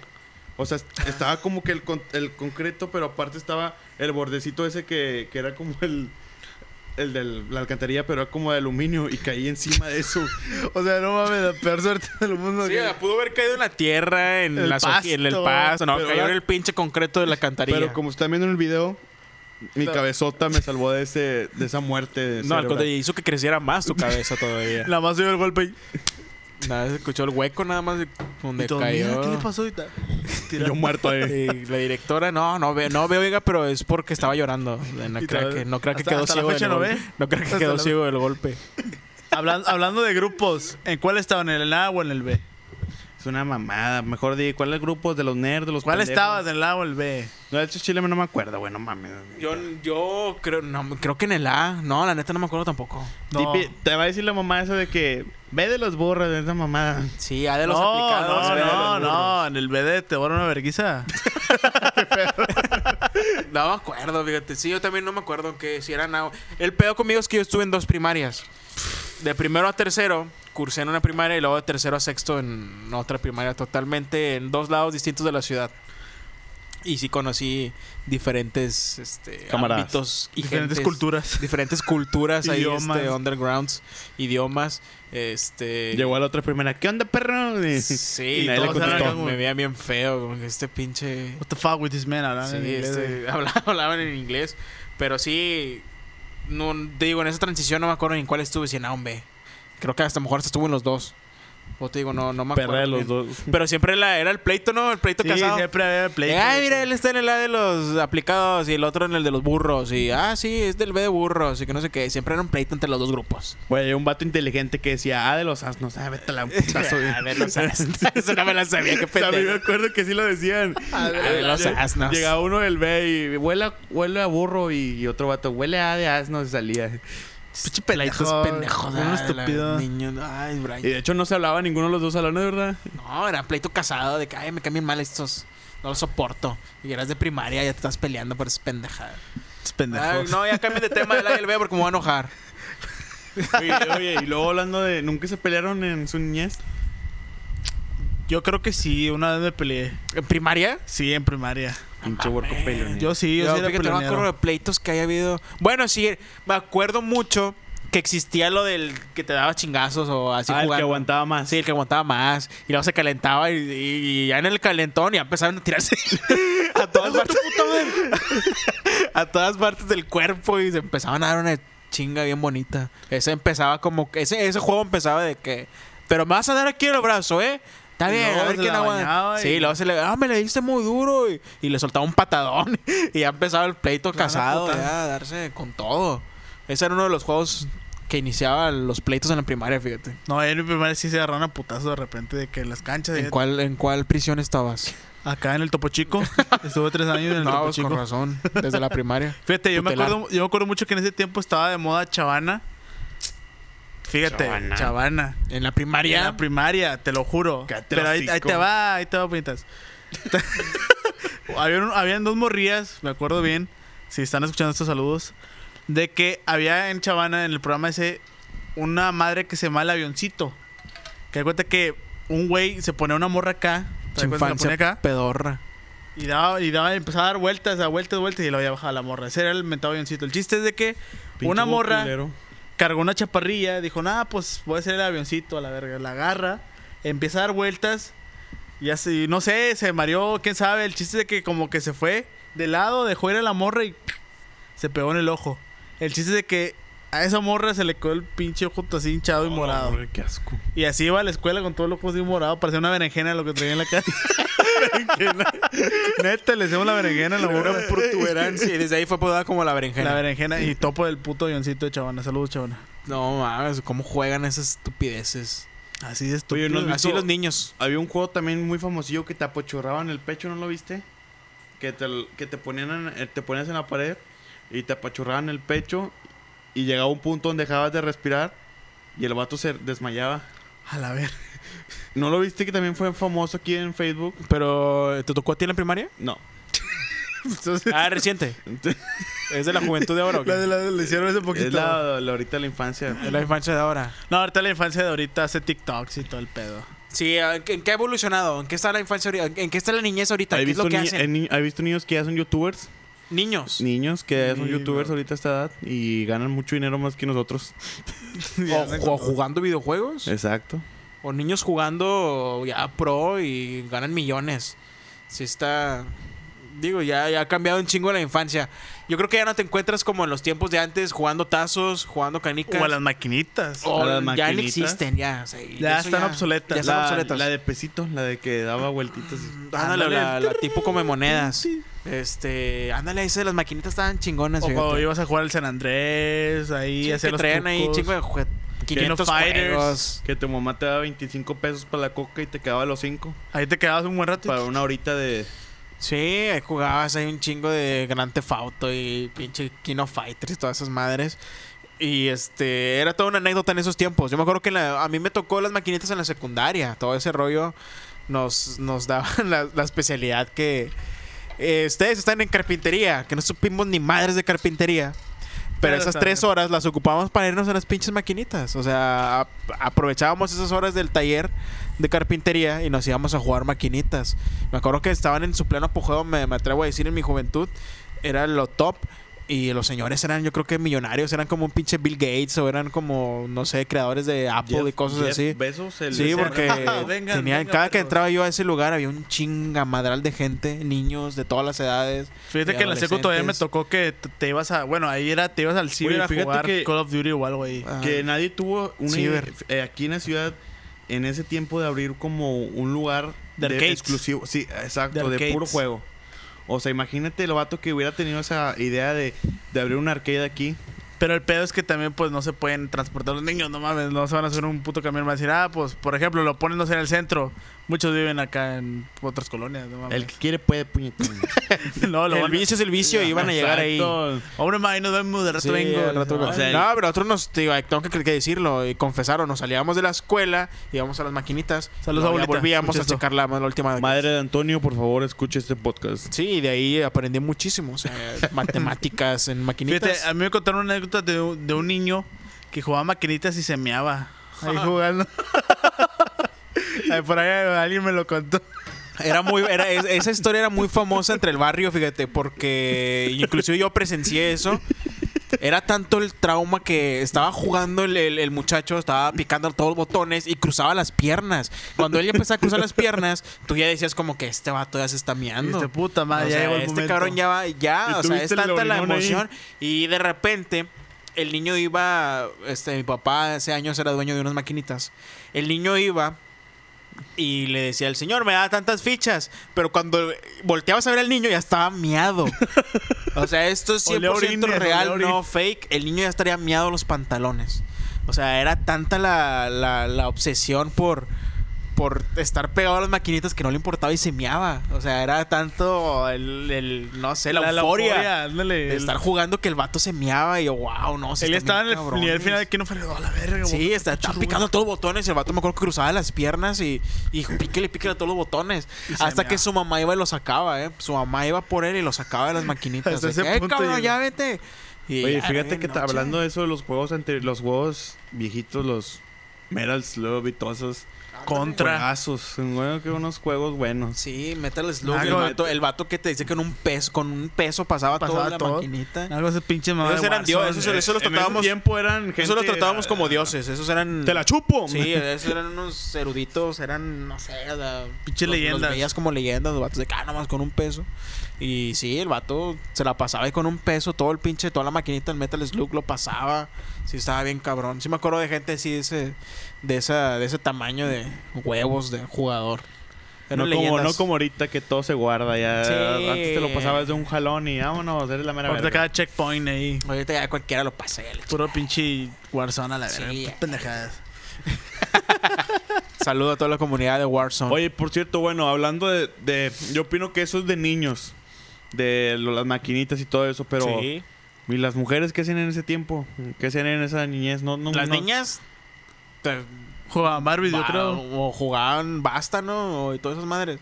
C: O sea, est- estaba como que el, con- el concreto, pero aparte estaba el bordecito ese que, que era como el. El de la alcantarilla, pero era como de aluminio y caí encima de eso. O sea, no mames, la peor suerte del mundo.
B: Sí,
C: que-
B: o sea, pudo haber caído en la tierra, en,
A: El
B: las hoji- en el
A: pasto.
B: pasto. No,
C: Pero
B: cayó en
C: ahora-
B: el pinche concreto de la cantarilla.
C: <laughs> Pero como están viendo en el video, mi
A: No.
C: cabezota me salvó de ese de esa muerte. de
B: no, al
C: cerebral.
B: contrario, hizo que creciera más tu cabeza todavía.
A: Nada más dio el golpe y...
B: Nada, se escuchó el hueco nada más de- donde
A: y todo,
B: cayó.
A: "Mira, ¿Qué le pasó
B: <laughs>
A: ahorita?
C: Yo muerto ahí.
B: Y la directora, no, no veo, no veo, oiga, pero es porque estaba llorando. No
A: Y
B: crea
A: todavía-
B: que, no crea que
A: hasta-
B: quedó
A: hasta la
B: ciego.
A: fecha
B: del
A: no
B: gol-
A: ve.
B: no crea que
A: Hasta
B: quedó
A: la-
B: ciego del golpe.
A: Hablan- hablando de grupos, ¿en cuál estaban? ¿En el A o en el B?
C: Es una mamada. Mejor di, ¿cuál es el grupo? ¿De los nerds? ¿De los
A: ¿Cuál
C: pendejos?
A: estabas? ¿En el A o el B?
C: No, de hecho, Chile no me acuerdo, güey, no mames.
B: Yo, yo creo, no, creo que en el A. No, la neta no me acuerdo tampoco.
A: No.
C: Tipi- te va a decir la mamá esa de que ve de los burros de esa mamada.
B: Sí, A de los
A: no,
B: aplicados.
A: no,
B: B de los
A: no,
B: burros.
A: no, en el B de te van a una verguiza.
B: No me acuerdo, fíjate. Sí, yo también no me acuerdo que si eran algo. El pedo conmigo es que yo estuve en dos primarias. De primero a tercero, cursé en una primaria y luego de tercero a sexto en otra primaria, totalmente en dos lados distintos de la ciudad. Y sí conocí diferentes este,
C: Camaradas.
B: ámbitos <laughs> y
A: Diferentes
B: gentes, <laughs>
A: culturas.
B: Diferentes culturas ahí,
A: Idiomas.
B: este, undergrounds, idiomas. Este,
C: Llegó a la otra primera. ¿Qué onda, perro? Y-
B: Sí,
C: <laughs> y nadie
A: todos
C: le
B: todos eran
A: eran
C: contestó.
B: como- me veía bien feo, como que este pinche.
A: What the fuck with this man? Hablan
B: Sí,
A: en inglés.
B: este, <laughs> habla- hablaban en inglés. Pero sí, no, te digo, en esa transición no me acuerdo ni en cuál estuve, si en A o en B. Creo que hasta a lo mejor hasta estuve en los dos. O te digo, no, no me acuerdo.
C: Perra de
B: bien.
C: los dos.
B: Pero siempre la- era el pleito, ¿no? El pleito
A: Sí,
B: casado.
A: siempre había play.
B: Eh, Ay, mira, él está en el A de los aplicados y el otro en el de los burros. Y, ah, sí, es del B de burros y que no sé qué. Siempre era un pleito entre los dos grupos. <laughs>
C: Güey, hay un vato inteligente que decía, ah, de los asnos. Ah, vete a la putazo.
B: A ver,
C: <laughs>
B: los asnos. <laughs> Eso no me la sabía, qué
C: O sea, a mí me
B: pendejo.
C: acuerdo que sí lo decían.
B: A ver, los asnos.
C: Llegaba uno del B y huele a, huele a burro y, y otro vato huele a de asno y salía.
B: Pinche peladitos
A: pendejo,
B: pendejos.
A: uno
B: ah, la-
A: estúpido.
B: Niño, ay, Brian.
C: Y de hecho no se hablaba ninguno de los dos salones, ¿verdad?
B: No, era pleito casado de que, ay, me cambian mal estos. No los soporto. Y eras de primaria, ya te estás peleando por esas pendejadas. Ay,
A: pendejos.
B: no, ya cambien de tema del A y el B porque me voy a enojar.
C: Oye, oye, y luego hablando de. ¿Nunca se pelearon en su niñez?
A: Yo creo que sí, una vez me peleé.
B: <laughs> ¿En primaria?
A: Sí, en primaria.
C: Pinche huerco peleón.
A: Yo sí, yo,
B: Yo,
A: sí era
B: fíjate, no me acuerdo de
A: peleonero.
B: pleitos que haya habido. Bueno, sí, me acuerdo mucho que existía lo del que te daba chingazos o así
C: ah, el que
B: jugando.
C: aguantaba más.
B: Sí, el que aguantaba más. Y luego se calentaba y, y- y ya en el calentón ya empezaron a tirarse <laughs> a todas partes. <laughs> a todas partes del cuerpo y se empezaban a dar una chinga bien bonita. Ese empezaba como que- ese, ese juego empezaba de que pero me vas a dar aquí en el brazo, ¿eh? Está
A: Y
B: bien,
A: luego
B: a ver
A: se
B: quién
A: la
B: aguanta.
A: bañaba y-
B: Sí, luego se le, ah, me le diste muy duro y, y le soltaba un patadón <laughs> y ya empezaba el pleito
A: Claro,
B: casado,
A: puta.
B: ya a darse con todo. Ese era uno de los juegos que iniciaba los pleitos en la primaria, fíjate.
A: No, en mi primaria sí se agarraron a putazo de repente de que las canchas.
B: ¿En
A: de-
B: cuál, ¿En cuál prisión estabas?
A: Acá en el Topo
B: <laughs>
A: Chico. Estuve tres años en el
B: No,
A: Topo
B: pues,
A: Chico.
B: con razón, desde la primaria.
A: Fíjate, yo me,
B: Tutelar.
A: acuerdo, yo me acuerdo mucho que en ese tiempo estaba de moda Chavana. Fíjate,
C: Chavana.
A: Chavana.
B: En la
A: En
B: primaria.
A: la primaria, te lo juro.
C: Cállate el
A: Pero ahí, ahí
C: hocico.
A: te va, ahí te va, puñetas. habían, habían dos morrillas, me acuerdo bien, si están escuchando estos saludos, de que había en Chavana, en el programa ese, una madre que se llama El Avioncito. Que da cuenta que un güey se pone una morra acá, se da cuenta que la pone
B: infancia
A: acá,
B: pedorra.
A: y daba, y daba, empezaba a dar vueltas, a vueltas, vueltas, y lo había bajado la morra. Ese era el mentado avioncito. El chiste es de que
C: Pinche
A: una
C: huerco
A: morra
C: culero.
A: cargó una chaparrilla, dijo, nada, pues voy a hacer el avioncito a la verga. La agarra, empieza a dar vueltas, y así, no sé, se mareó, quién sabe. El chiste es de que como que se fue de lado, dejó ir a la morra y se pegó en el ojo. El chiste es de que a esa morra se le quedó el pinche ojo así hinchado y
C: Oh,
A: morado.
C: hombre,
B: <laughs>
C: Qué asco.
A: Y así iba a la escuela con todo el ojo así morado, parecía una berenjena lo que traía en la cara. <laughs> Neta, le hicimos la berenjena a la morra.
B: Una protuberancia. Y desde ahí fue apodada como la berenjena.
A: La berenjena y topo del puto avioncito de Chavana. Saludos, Chavana.
B: No mames, ¿cómo juegan esas estupideces?
A: Así de
C: Oye,
A: estúpido.
C: ¿no has visto-
B: Así los niños.
C: Había un juego también muy famosillo que te apochorraban el pecho, ¿no lo viste? Que te, que te ponían en- eh, te ponías en la pared y te apachurraban el pecho y llegaba un punto donde dejabas de respirar y el vato se desmayaba.
A: A la ver.
C: ¿No lo viste que también fue famoso aquí en Facebook?
B: Pero, ¿te tocó a ti en la <laughs> primaria?
C: No.
A: <laughs>
C: <laughs>
A: Entonces,
B: Ah, reciente.
C: es
B: Es de la juventud de ahora, ¿o qué?
A: la de la- le hicieron ese poquito.
C: la, la- ahorita la infancia.
B: De la infancia de ahora.
A: <laughs> No, ahorita la infancia de ahorita hace TikToks y todo el pedo.
B: Sí, ¿en qué en qué ha evolucionado? ¿En qué está la infancia ahorita? ¿En qué está la niñez ahorita? ¿Qué
C: ¿Has
B: es lo
C: visto,
B: que
C: ni-
B: hacen?
C: eh, ni- ¿Has visto niños que ya son youtubers?
B: Niños.
C: Niños que ya son
A: Niños.
C: youtubers ahorita a esta edad y ganan mucho dinero más que nosotros.
B: O, ju- jugando videojuegos.
C: Exacto.
B: O niños jugando ya pro y ganan millones. Sí está... Digo, ya, ya ha cambiado un chingo la infancia. Yo creo que ya no te encuentras como en los tiempos de antes, jugando tazos, jugando canicas.
A: O a las maquinitas.
B: O
C: a las
B: ya no
C: maquinitas.
B: existen, ya. o sea, y
A: Ya
B: eso
A: están obsoletas.
B: Ya están
C: La,
B: obsoletas.
C: la de pesito, la de que daba vueltitas. y-
B: Ándale, la,
A: Ándale.
B: la tipo come monedas. Este, ándale, esas de las maquinitas estaban chingonas,
A: O
B: fíjate.
A: cuando ibas a jugar al San Andrés, ahí
B: Sí,
A: hacer
B: que
A: los
B: traían ahí
A: trucos.
B: chingo de jue- 500
A: Fighters.
B: juegos.
C: Que tu mamá te daba 25 pesos para la coca y te quedaba los 5
A: Ahí te quedabas un buen rato.
C: para una horita de.
B: Sí, ahí jugabas ahí un chingo de Grand Theft Auto y pinche Kino Fighters y todas esas madres. Y este, era toda una anécdota en esos tiempos. Yo me acuerdo que en la- a mí me tocó las maquinitas en la secundaria. Todo ese rollo nos, nos <laughs> daban la, la especialidad que. eh, ustedes están en carpintería, que no supimos ni madres de carpintería. Pero
A: Pero
B: esas
A: está
B: tres
A: bien.
B: horas las ocupamos para irnos a las pinches maquinitas. O sea, ap- aprovechábamos esas horas del taller de carpintería y nos íbamos a jugar maquinitas. Me acuerdo que estaban en su pleno apogeo, me, me atrevo a decir, en mi juventud. Era lo top. Y los señores eran, yo creo que millonarios. Eran como un pinche Bill Gates o eran como, no sé, creadores de Apple y cosas así.
C: Besos, el
B: Sí,
A: decía, <laughs>
C: <laughs>
B: porque
A: "No, vengan,
B: tenían,
A: vengan,
B: cada que
A: perros".
B: entraba yo a ese lugar había un chingamadral de gente, niños de todas las edades.
A: Fíjate
B: de
A: que en la secu todavía me
B: adolescentes.
A: tocó que t- te ibas a... Bueno, ahí era, te ibas al ciber
C: Oye,
A: a
C: fíjate
A: jugar
C: que-
A: Call of Duty o algo ahí.
B: Ah,
C: Que nadie tuvo una
B: Ciber.
C: eh, aquí en la ciudad en ese tiempo de abrir como un lugar
A: De arcades.
C: exclusivo, sí, exacto,
A: De
C: de, puro
A: arcades.
C: juego. O sea, imagínate el vato que hubiera tenido esa idea de, de abrir un arcade aquí.
A: Pero el pedo es que también, pues, no se pueden transportar los niños, no mames, no se van a hacer un puto camión. Van a decir, ah, pues, por ejemplo, lo ponen, no sé, en el centro. Muchos viven acá en otras colonias, no mames.
C: El que quiere puede puñetón.
A: <laughs> no, lo
B: el
A: van a-
B: vicio es el vicio y <laughs> iban a llegar ahí.
C: Exacto.
A: Hombre, ma, ahí nos vemos, de rato
B: Sí,
A: vengo.
B: al rato vengo.
C: O sea,
B: no, pero nosotros nos, digo, tengo que, que decirlo y confesaron, nos salíamos de la escuela, íbamos a las maquinitas,
A: Saludos,
B: y luego ya
A: abuelita.
B: volvíamos
A: Escucha
B: a
A: esto.
B: checar la, la última
C: Madre de Antonio, por favor, escuche este podcast.
B: Sí, y de ahí aprendí muchísimo, o <laughs> sea, matemáticas en maquinitas.
A: Fíjate, a mí me contaron una anécdota de, un- de un niño que jugaba maquinitas y se meaba. Ahí
B: <laughs>
A: jugando. Ay, por ahí alguien me lo contó.
B: Era muy, era, es- esa historia era muy famosa entre el barrio, fíjate, porque inclusive yo presencié eso. Era tanto el trauma que estaba jugando el, el- el muchacho, estaba picando todos los botones y cruzaba las piernas. Cuando él ya empezaba a cruzar las piernas, tú ya decías como que este vato ya se está
A: Y
B: miando.
A: Este puta madre,
B: O
A: ya
B: sea,
A: llegó el
B: este
A: momento.
B: cabrón ya va, ya,
C: Y
B: o
C: tú
B: sea, es
C: viste el
B: tanta la
C: orinón ahí.
B: emoción. Y de repente, el niño iba, este, mi papá hace años era dueño de unas maquinitas. El niño iba y le decía al señor, me da tantas fichas. Pero cuando volteabas a ver al niño, ya
A: <laughs>
B: estaba miado. O sea, esto es
A: Olía
B: 100%
A: orines, olía
B: real,
A: orines.
B: no fake. El niño ya estaría miado los pantalones. O sea, era tanta la, la- la obsesión por, por estar pegado a las maquinitas que no le importaba y se miaba. O sea, era tanto el, el, no sé, la, euforia,
A: ándale.
B: de estar jugando que el vato se miaba y yo, wow, no sé.
A: Él estaba en el nivel final de que no fue a la verga.
B: Sí,
A: güey.
B: está, estaba picando todos los botones. El vato me acuerdo que cruzaba las piernas y, y píquele, píquele a todos los botones.
A: Y se
B: Hasta
A: meaba.
B: que su mamá iba y lo sacaba, ¿eh? Su mamá iba por él y lo
A: <laughs>
B: sacaba de las maquinitas.
A: Hasta
B: de
A: ese
B: que, "Eh,
A: punto
B: cabrón,
A: llegó".
B: ya vete. Y
C: Oye,
B: ya,
C: fíjate
B: güey,
C: que
B: no,
C: ta-
B: che.
C: hablando de eso de los juegos ante los juegos viejitos, los Metal Slug y todos esos
A: Contra.
C: juegazos, bueno, que unos juegos buenos.
B: Sí, Metal Slug.
A: Ah,
B: el,
A: no,
B: vato, el vato que te dice que con un peso, con un peso pasaba,
A: Pasaba
B: toda la
A: todo.
B: maquinita.
A: Algo ese pinche madre.
B: Esos eran
A: Warzone.
B: dioses, esos- esos los
C: En ese
B: tratábamos.
C: tiempo eran gente,
B: Eso los tratábamos como dioses, esos eran...
C: ¡Te la chupo!
B: Sí, esos eran unos eruditos, eran, no sé, o sea,
A: Pinche
B: los-
A: leyendas.
B: Los veías como leyendas, los vatos de acá nomás con un peso. Y sí, el vato se la pasaba ahí con un peso, todo el pinche, toda la maquinita del Metal Slug lo pasaba. Sí, estaba bien cabrón. Sí me acuerdo de gente así de ese, de esa, de ese tamaño de huevos de jugador. Eran
C: No como,
B: leyendas.
C: no como ahorita que todo se guarda ya.
B: Sí.
C: Antes te lo pasabas de un jalón y vámonos, eres la mera
A: Ahorita
C: verga.
A: cada checkpoint ahí.
B: Ahorita ya cualquiera lo pasa ya le-
A: Puro pinche Warzone a la verga.
B: Sí.
A: Pendejadas.
B: Saludo a toda la comunidad de Warzone.
C: Oye, por cierto, bueno, hablando de, de- Yo opino que eso es de niños. De lo- las maquinitas y todo eso, pero...
B: Sí.
C: ¿Y las mujeres qué hacían en ese tiempo? ¿Qué hacían en esa niñez? No, no,
B: las
C: no-
B: niñas te-
A: Jugaba Barbie, yo
B: va-
A: creo.
B: o jugaban basta, ¿no? O- y todas esas madres.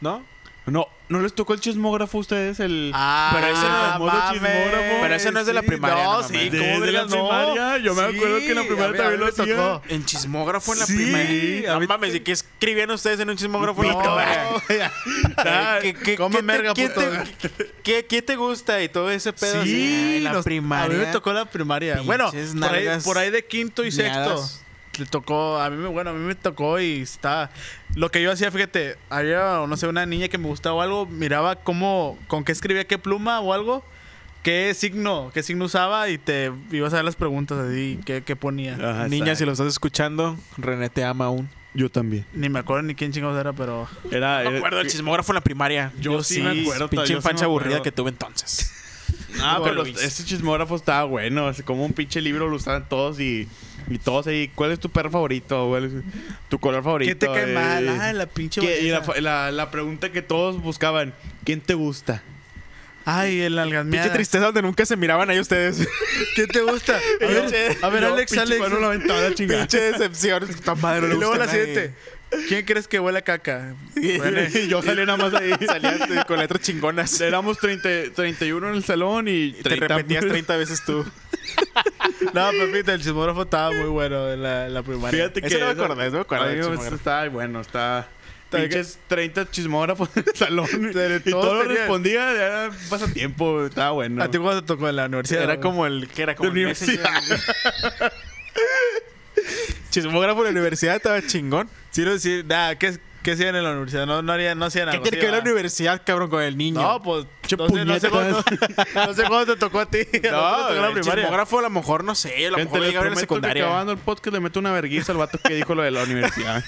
B: ¿No?
C: No, ¿no les tocó el chismógrafo a ustedes? El...
B: Ah,
C: pero ese famoso
B: mames.
C: chismógrafo.
B: Pero ese no es de la primaria, no
A: No,
B: mames.
A: sí,
C: De-
A: ¿cómo
C: de la
A: vergas no?
C: primaria. Yo me
A: Sí,
C: acuerdo que en la primaria
A: a mí- a
C: también
A: mí
C: lo
A: me
C: hacía.
A: tocó.
B: ¿En chismógrafo en la
C: Sí,
B: primaria?
C: a
B: No
C: mí-
B: mames, ¿de qué escribían ustedes en un chismógrafo?
A: Pito,
B: No, verga. <laughs>
A: güey.
B: Ah, ¿Qué, qué,
A: Come
B: qué te-
A: merga,
B: qué
A: puto.
B: te, qué- qué te gusta y todo ese pedo? así,
A: Sí,
B: ay, la
A: nos-
B: primaria.
A: A mí me tocó la primaria. Bueno,
B: Pinches
A: por ahí,
B: nalgas
A: por ahí de quinto y sexto.
B: miadas.
A: Le tocó, a mí me, bueno, a mí me tocó y está. Lo que yo hacía, fíjate, había, no sé, una niña que me gustaba o algo, miraba cómo, con qué escribía, qué pluma o algo, qué signo, qué signo usaba y te ibas a ver las preguntas así, qué, qué ponía.
C: Ajá,
B: Niña,
C: exacto.
B: si lo estás escuchando, René te ama aún.
C: Yo también.
A: Ni me acuerdo ni quién chingados era, pero.
C: Era, eh,
B: No me
C: era-
B: acuerdo del chismógrafo en la primaria.
C: Yo sí me acuerdo, yo sí
B: Pinche
C: me
B: infancia aburrida
C: acuerdo.
B: que tuve entonces.
C: Ah, pero
B: Luis.
C: los- ese chismógrafo estaba bueno. así como un pinche libro lo usaban todos y, y todos ahí. ¿Cuál es tu perro favorito? ¿Cuál es tu color favorito?
A: ¿Qué te cae
C: Eh,
A: mal? Ah, la pinche.
C: ¿qué- y la,
A: belleza.
C: fa- la- la pregunta que todos buscaban: ¿Quién
B: <laughs>
C: te gusta?
A: Ay, el algasmeada.
B: <laughs> Pinche tristeza donde nunca se miraban ahí
C: <laughs>
B: ustedes.
A: ¿Qué te gusta? A ver, a ver,
C: Yo,
A: Alex,
C: pinche
A: Alex.
C: mano la
B: <laughs>
C: ventana, chingada.
B: Pinche
C: <laughs>
B: decepción. Puta madre, no le
A: Y luego
B: gusta
A: la
B: a nadie.
A: siguiente. ¿Quién crees que huele a
C: <laughs>
A: caca? René.
C: Y yo salí nada más ahí.
B: Salías con letras
C: <laughs>
B: chingonas.
C: Éramos 30, 31 en el salón y
B: Te
C: 30
B: repetías 30 veces tú.
A: No, Pepita, el chismógrafo estaba muy bueno en la, la primaria.
C: <laughs> Fíjate que
B: Eso no me acordé, no me acordé
C: a mí
B: del
C: me-
B: chismógrafo.
C: Está bueno, está.
A: Está bien
C: Pinches 30 chismógrafos en el salón.
B: <laughs>
C: y
A: todos
C: todo
A: tenían.
C: respondía, era pasatiempo, estaba bueno.
A: ¿A ti cuándo te tocó en la universidad?
B: Era
A: güey?
B: como el. ¿Qué era? Como
C: ah, De
B: el
C: universidad. <laughs>
B: Messenger. Chismógrafo en la universidad estaba chingón.
A: Sí, no, sí, nada, ¿qué, qué hacían en la universidad? No, no, harían, no hacían
B: ¿Qué
A: algo.
B: tiene
A: sí,
B: que ver la
A: va.
B: universidad, cabrón, con el niño?
A: No, pues,
C: Che,
A: no sé, no sé cuándo,
C: puñetas.
A: no sé cuándo te tocó a
B: <laughs>
A: ti. No,
B: No,
A: te tocó en la
B: el
A: primaria.
B: chismógrafo a lo mejor, no sé, a lo
C: Gente,
B: mejor llegaba
C: les
B: en la
C: prometo que
B: secundaria.
C: acabando el podcast le meto una vergüenza al vato que dijo lo de la
B: <laughs>
C: universidad.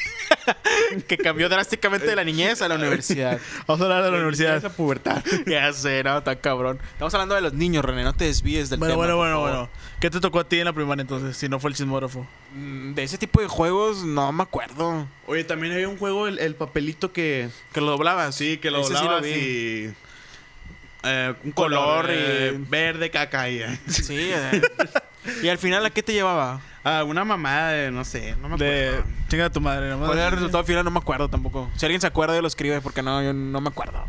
B: Que cambió drásticamente de la niñez
A: <laughs>
B: a la universidad.
A: Vamos a hablar de la
C: Esa
A: universidad.
C: pubertad.
B: ya sé, no, tan cabrón. Estamos hablando de los niños, René, no te desvíes del
A: Bueno,
B: tema.
A: bueno,
B: por
A: bueno,
B: favor.
A: bueno. ¿Qué te tocó a ti en la primaria entonces, si no fue el chismógrafo?
B: Mm, De ese tipo de juegos no me acuerdo.
C: Oye, también había un juego, el, el papelito que.
B: Que lo doblabas.
C: Sí, que lo
B: Ese sí
C: doblabas
B: vi.
C: y. eh, un
B: Color
C: color,
B: y-
C: eh, verde caca y-
B: Sí,
A: <laughs>
B: eh. y al final, ¿a qué te llevaba?
C: Ah, una mamada de, no sé, no me acuerdo.
A: De. Chinga tu madre, nomás.
B: ¿Cuál era el resultado final? No me acuerdo tampoco. Si alguien se acuerda, lo escribe, porque no, yo no me acuerdo.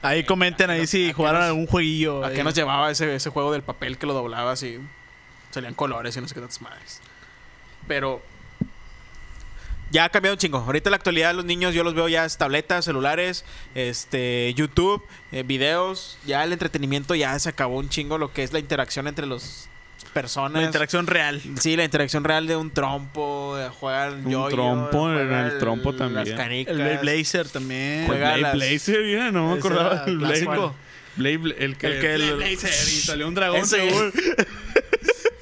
A: Ahí comenten ahí si jugaron algún jueguillo. eh,
B: ¿A
A: ahí.
B: qué nos llevaba ese, ese juego del papel que lo doblabas y salían colores y no sé qué tantas madres? Pero ya ha cambiado un chingo. Ahorita en la actualidad los niños yo los veo ya es tabletas, celulares, este, YouTube, eh, videos. Ya el entretenimiento ya se acabó un chingo lo que es la interacción entre las personas.
A: La interacción real.
B: Sí, la interacción real de un trompo, de jugar al
C: Un
B: yo-yo, de
C: trompo,
B: jugar
C: en el
B: al-
C: trompo también.
B: Las canicas.
A: El Blazer también.
B: Juega-
C: Blade
B: las-
C: Blazer, mira, no me
A: Ese
C: acordaba
A: era
C: del Blade.
A: clásico.
C: Blade, Bla- el que,
A: El que el-
C: Blade Blazer y salió un dragón
B: Ese.
C: seguro.
B: <laughs>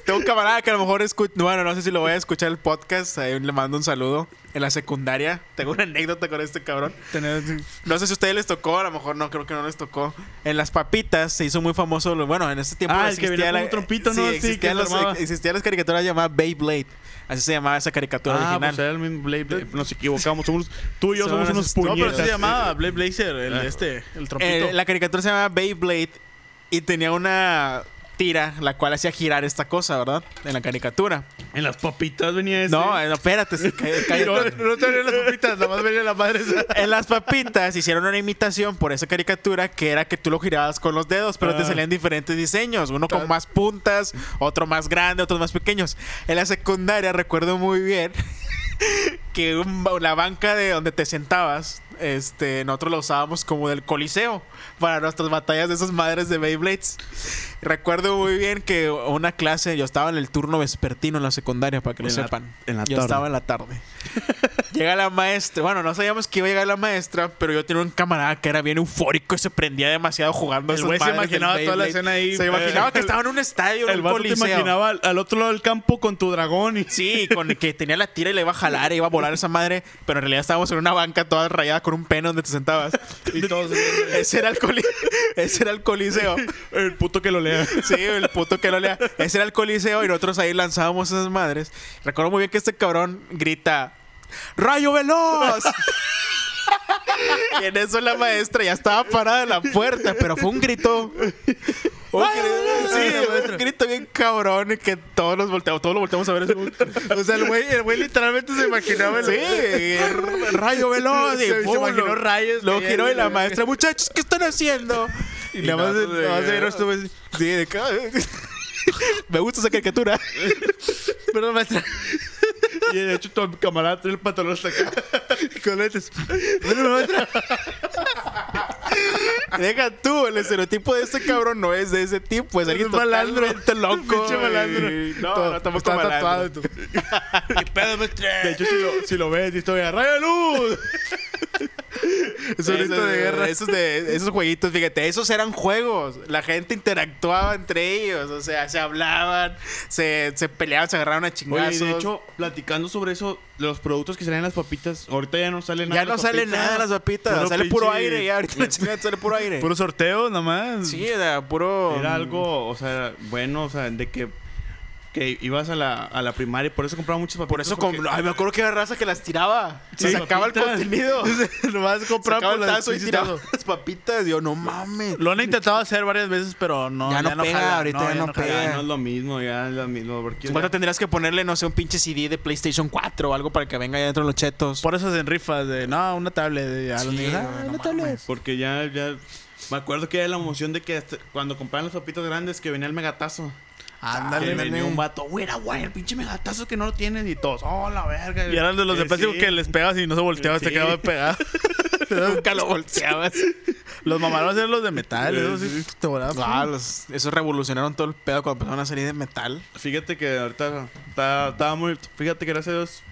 B: Tengo un camarada que a lo mejor escucha. Bueno, no sé si lo voy a escuchar el podcast. Ahí le mando un saludo. En la secundaria. Tengo una anécdota con este cabrón.
A: Tener-
B: No sé si a ustedes les tocó. A lo mejor no, creo que no les tocó. En las papitas se hizo muy famoso. lo- Bueno, en ese tiempo.
C: Ah, el que venía con un trompito, ¿no?
B: Sí,
C: Sí,
B: existían,
C: que
B: las,
C: se armaba.
B: existían las caricaturas llamadas Beyblade. Así se llamaba esa caricatura
C: Ah,
B: original.
C: pues era el mismo Blade, Blade. Nos equivocamos. Somos, tú y yo
B: Son
C: somos unos
B: esos- no,
A: No, pero
C: puñetas.
A: se llamaba Blade Blazer, el
C: Ah.
A: este, el
B: Eh,
A: trompito.
B: la caricatura se llamaba Beyblade y tenía una tira la cual hacía girar esta cosa, ¿verdad? En la caricatura.
C: En las papitas venía ese.
B: No, eh, no, espérate. se cae- cae-
A: no te venían las papitas, nada más venía la madre <laughs> esa.
B: <laughs> En las papitas hicieron una imitación por esa caricatura que era que tú lo girabas con los dedos, pero te
C: Ah.
B: salían diferentes diseños, uno con más puntas, otro más grande, otros más pequeños. En la secundaria recuerdo muy bien <laughs> que un ba- la banca de donde te sentabas, este, nosotros la usábamos como del coliseo para nuestras batallas de esas madres de Beyblades. Recuerdo muy bien que una clase, yo estaba en el turno vespertino en la secundaria, para que lo
C: En la-
B: sepan.
C: en la
B: yo
C: tarde.
B: estaba en la tarde. Llega la maestra. Bueno, no sabíamos que iba a llegar la maestra, pero yo tenía un camarada que era bien eufórico y se prendía demasiado jugando.
A: El
B: esas
A: güey se
B: madres del
A: imaginaba toda la
B: Beyblade.
A: escena ahí.
B: Se imaginaba que
A: El-
B: estaba en un estadio, en
C: El
B: un
C: vato te
B: coliseo.
C: imaginaba al, al otro lado del campo con tu dragón. Y... <laughs>
B: Sí, con el que tenía la tira y le iba a jalar, iba a volar esa madre, pero en realidad estábamos en una banca toda rayada con un pene donde te sentabas. <laughs>
C: Y todos.
B: Ese era el, coli- <laughs> ese era el coliseo.
C: el puto que lo lea.
B: Sí, el puto que no lea. Ese era el coliseo y nosotros ahí lanzábamos esas madres. Recuerdo muy bien que este cabrón grita: ¡Rayo veloz! y en eso la maestra ya estaba parada en la puerta, pero fue un grito. Un grito, sí, un grito bien cabrón y que todos los volteamos, todos lo volteamos a ver. así como-
D: O sea, el güey, el güey literalmente se imaginaba. el-
B: Sí, r- rayo veloz.
D: Se- se
B: y pum,
D: imaginó
B: lo-
D: rayos
B: Lo
D: cayendo,
B: giró y la
D: güey.
B: maestra, muchachos, ¿qué están haciendo? Y, nada más,
D: nosotros de-
B: nada más se vieron estuvo así, Sí, de ca- <laughs> Me gusta esa caricatura.
A: Perdón,
B: <laughs>
A: maestra.
C: Y de hecho, tu camarada tiene el pantalón hasta acá.
A: Con lentes. Bueno, maestra.
B: Deja tú, el estereotipo de este cabrón no es de ese tipo, es alguien
A: un malandro.
B: totalmente loco.
A: Pinche malandro.
B: güey.
C: No,
B: To-
C: no, tampoco
B: Está
C: malandro.
B: tatuado. y tú-
A: ¿Qué pedo, maestra?
C: De hecho, si lo, si lo ves, y estoy a rayo de luz.
B: Esos
D: Sonito
B: esos-
D: de guerra.
B: Esos, de, esos jueguitos, fíjate, esos eran juegos. La gente interactuaba entre ellos, o sea, se hablaban, se, se peleaban, se agarraron a
C: Oye,
B: chingazos.
C: y de hecho, platicando sobre eso, de los productos que salen en las papitas, ahorita ya no sale nada.
B: ya
C: en
B: no
C: las
B: sale
C: papitas.
B: nada de las papitas,
C: Puro
B: sale puro
C: pinche-
B: aire. Ya ahorita la chingada <laughs> sale puro aire.
A: Puro sorteo, nomás.
B: sí, o sea, puro.
C: Era algo, o sea, bueno, o sea, de que, que ibas a la, a la primaria y por eso compraba muchas papitas.
B: Por eso,
C: porque-
B: com- ay, me acuerdo que era raza que las tiraba. Se sacaba el <laughs>
C: papitas.
B: contenido.
A: <laughs> nomás comprar
B: Sacaba
A: por
B: el
A: las
B: tazo y
A: pinches
B: tiraba
A: tazos.
B: las papitas. Yo, no mames.
A: Lo han intentado hacer varias veces, pero no.
B: Ya no pega,
A: jala.
B: ahorita ya no
A: jala.
C: Ya no es lo mismo, ya es lo mismo. Porque
B: ¿Cuánto tendrías que ponerle, no sé, un pinche CD de PlayStation 4 o algo para que venga allá dentro de los chetos?
A: Por eso hacen rifas de, no, una tablet. De, a los
B: Sí,
A: niños, ah,
B: güey, no
A: una tablet.
C: Porque ya, ya. Me acuerdo que era la emoción de que hasta- cuando compraban los papitos grandes que venía el megatazo.
A: Ándale,
C: que venía
A: nene.
C: un vato, güey, era güey, el pinche megatazo que no lo tienes y todos, oh, la verga.
A: Y eran de los de
C: Eh,
A: plástico
C: sí.
A: que les pegas y no se volteaba, se
C: Sí.
A: quedaba <laughs> pegado.
B: <laughs> Nunca lo <laughs> volteabas.
A: Los mamaron eran los de metal, esos sí, te volaban.
B: Ah, los- esos revolucionaron todo el pedo cuando empezaron a salir de metal.
C: Fíjate que ahorita está- estaba muy. Fíjate que gracias a Dios.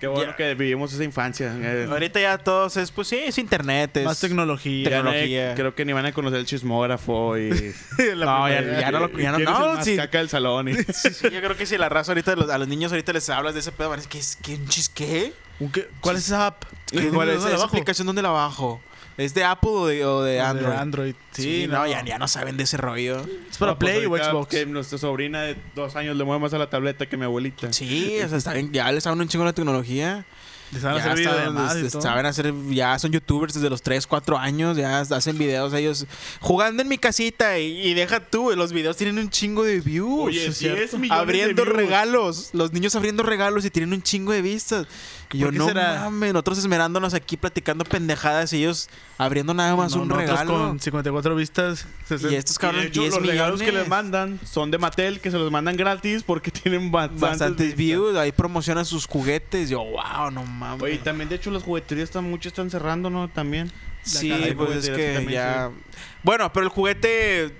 C: Qué bueno
B: Ya.
C: que vivimos esa infancia. eh.
B: Ahorita ya todos es, pues sí, es internet. Es...
A: Más tecnología.
C: Ya nadie-
B: tecnología.
C: creo que ni van a conocer el chismógrafo <laughs> y.
B: No, ya, ya no lo.
C: ¿Quién
B: Ya no,
C: es el
B: no,
C: más
B: sí,
C: caca del salón. <laughs> y-
B: sí, sí, yo creo que si la raza ahorita, de los- a los niños ahorita les hablas de ese pedo, van a decir, ¿qué es? ¿Qué? ¿Un chis- qué?
A: ¿Un qué? ¿Cuál es esa app?
B: ¿Qué- ¿Cuál
A: ¿Dónde la
B: es esa
A: bajo?
B: aplicación? ¿Dónde la bajo? ¿Es de Apple o de, o de
A: De
B: Android?
A: Android.
B: Sí, no, Ya, ya no saben de ese rollo.
A: Es para
C: No, pues
A: Play o
C: ahorita
A: Xbox.
C: Que nuestra sobrina de dos años le mueve más a la tableta que mi abuelita.
B: Sí, o sea, está bien, ya les saben un chingo de la tecnología.
A: Les van a
B: Ya
A: hacer videos de
B: saben,
A: más y
B: este,
A: todo.
B: saben hacer, ya son youtubers desde los 3, 4 años, ya hacen videos ellos jugando en mi casita y, y deja tú, los videos tienen un chingo de views.
C: Oye,
A: sí, es cierto.
C: 10 millones
B: abriendo
C: de views.
B: regalos, los niños abriendo regalos y tienen un chingo de vistas. Y yo
A: qué
B: no
A: será?
B: mames, nosotros esmerándonos aquí platicando pendejadas y ellos abriendo nada más
A: No,
B: un
A: nosotros
B: regalo.
A: con 54 vistas.
B: Y estos
C: Y de
B: cabrones
C: hecho,
B: 10
C: los regalos
B: millones
C: que les mandan son de Mattel, que se los mandan gratis porque <laughs> tienen bastantes,
B: bastantes
C: vistas.
B: views, ahí promocionan sus juguetes. Yo, wow, no mames.
C: Oye, y también, de hecho, las jugueterías están mucho están cerrando, ¿no? También.
B: Sí, pues
C: Hay
B: es
C: jugueterías
B: que
C: también,
B: ya. Bueno, pero el juguete.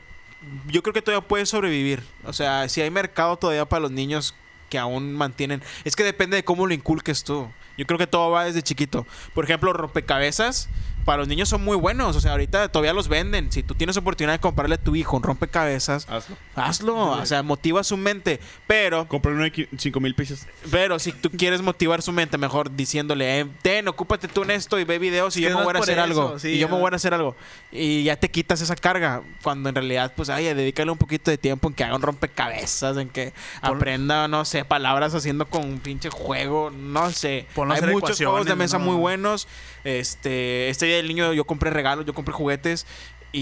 B: Yo creo que todavía puede sobrevivir. O sea, si hay mercado todavía para los niños que aún mantienen. Es que depende de cómo lo inculques tú. Yo creo que todo va desde chiquito. Por ejemplo, rompecabezas. Para los niños son muy buenos. O sea, ahorita todavía los venden. Si tú tienes oportunidad de comprarle a tu hijo un rompecabezas,
C: Hazlo.
B: hazlo. O sea, motiva su mente. Pero
C: Compré uno de qui- cinco
B: <laughs>
C: mil pesos.
B: pero si tú quieres motivar su mente, mejor diciéndole, eh, ten, ocúpate tú en esto y ve videos y
A: que
B: yo me
A: no
B: voy a
A: es por
B: hacer
A: eso,
B: algo.
A: sí,
B: y yo me
A: no.
B: voy a hacer algo. Y ya te quitas esa carga. Cuando en realidad, pues, ay, dedícale un poquito de tiempo en que haga un rompecabezas, en que aprenda, no sé, palabras haciendo con un pinche juego, no sé.
A: Ponlo a
B: Hay
A: hacer
B: muchos juegos de
A: ecuaciones,
B: mesa
A: ¿no?
B: muy buenos. Este, este día del niño yo compré regalos, yo compré juguetes. Y,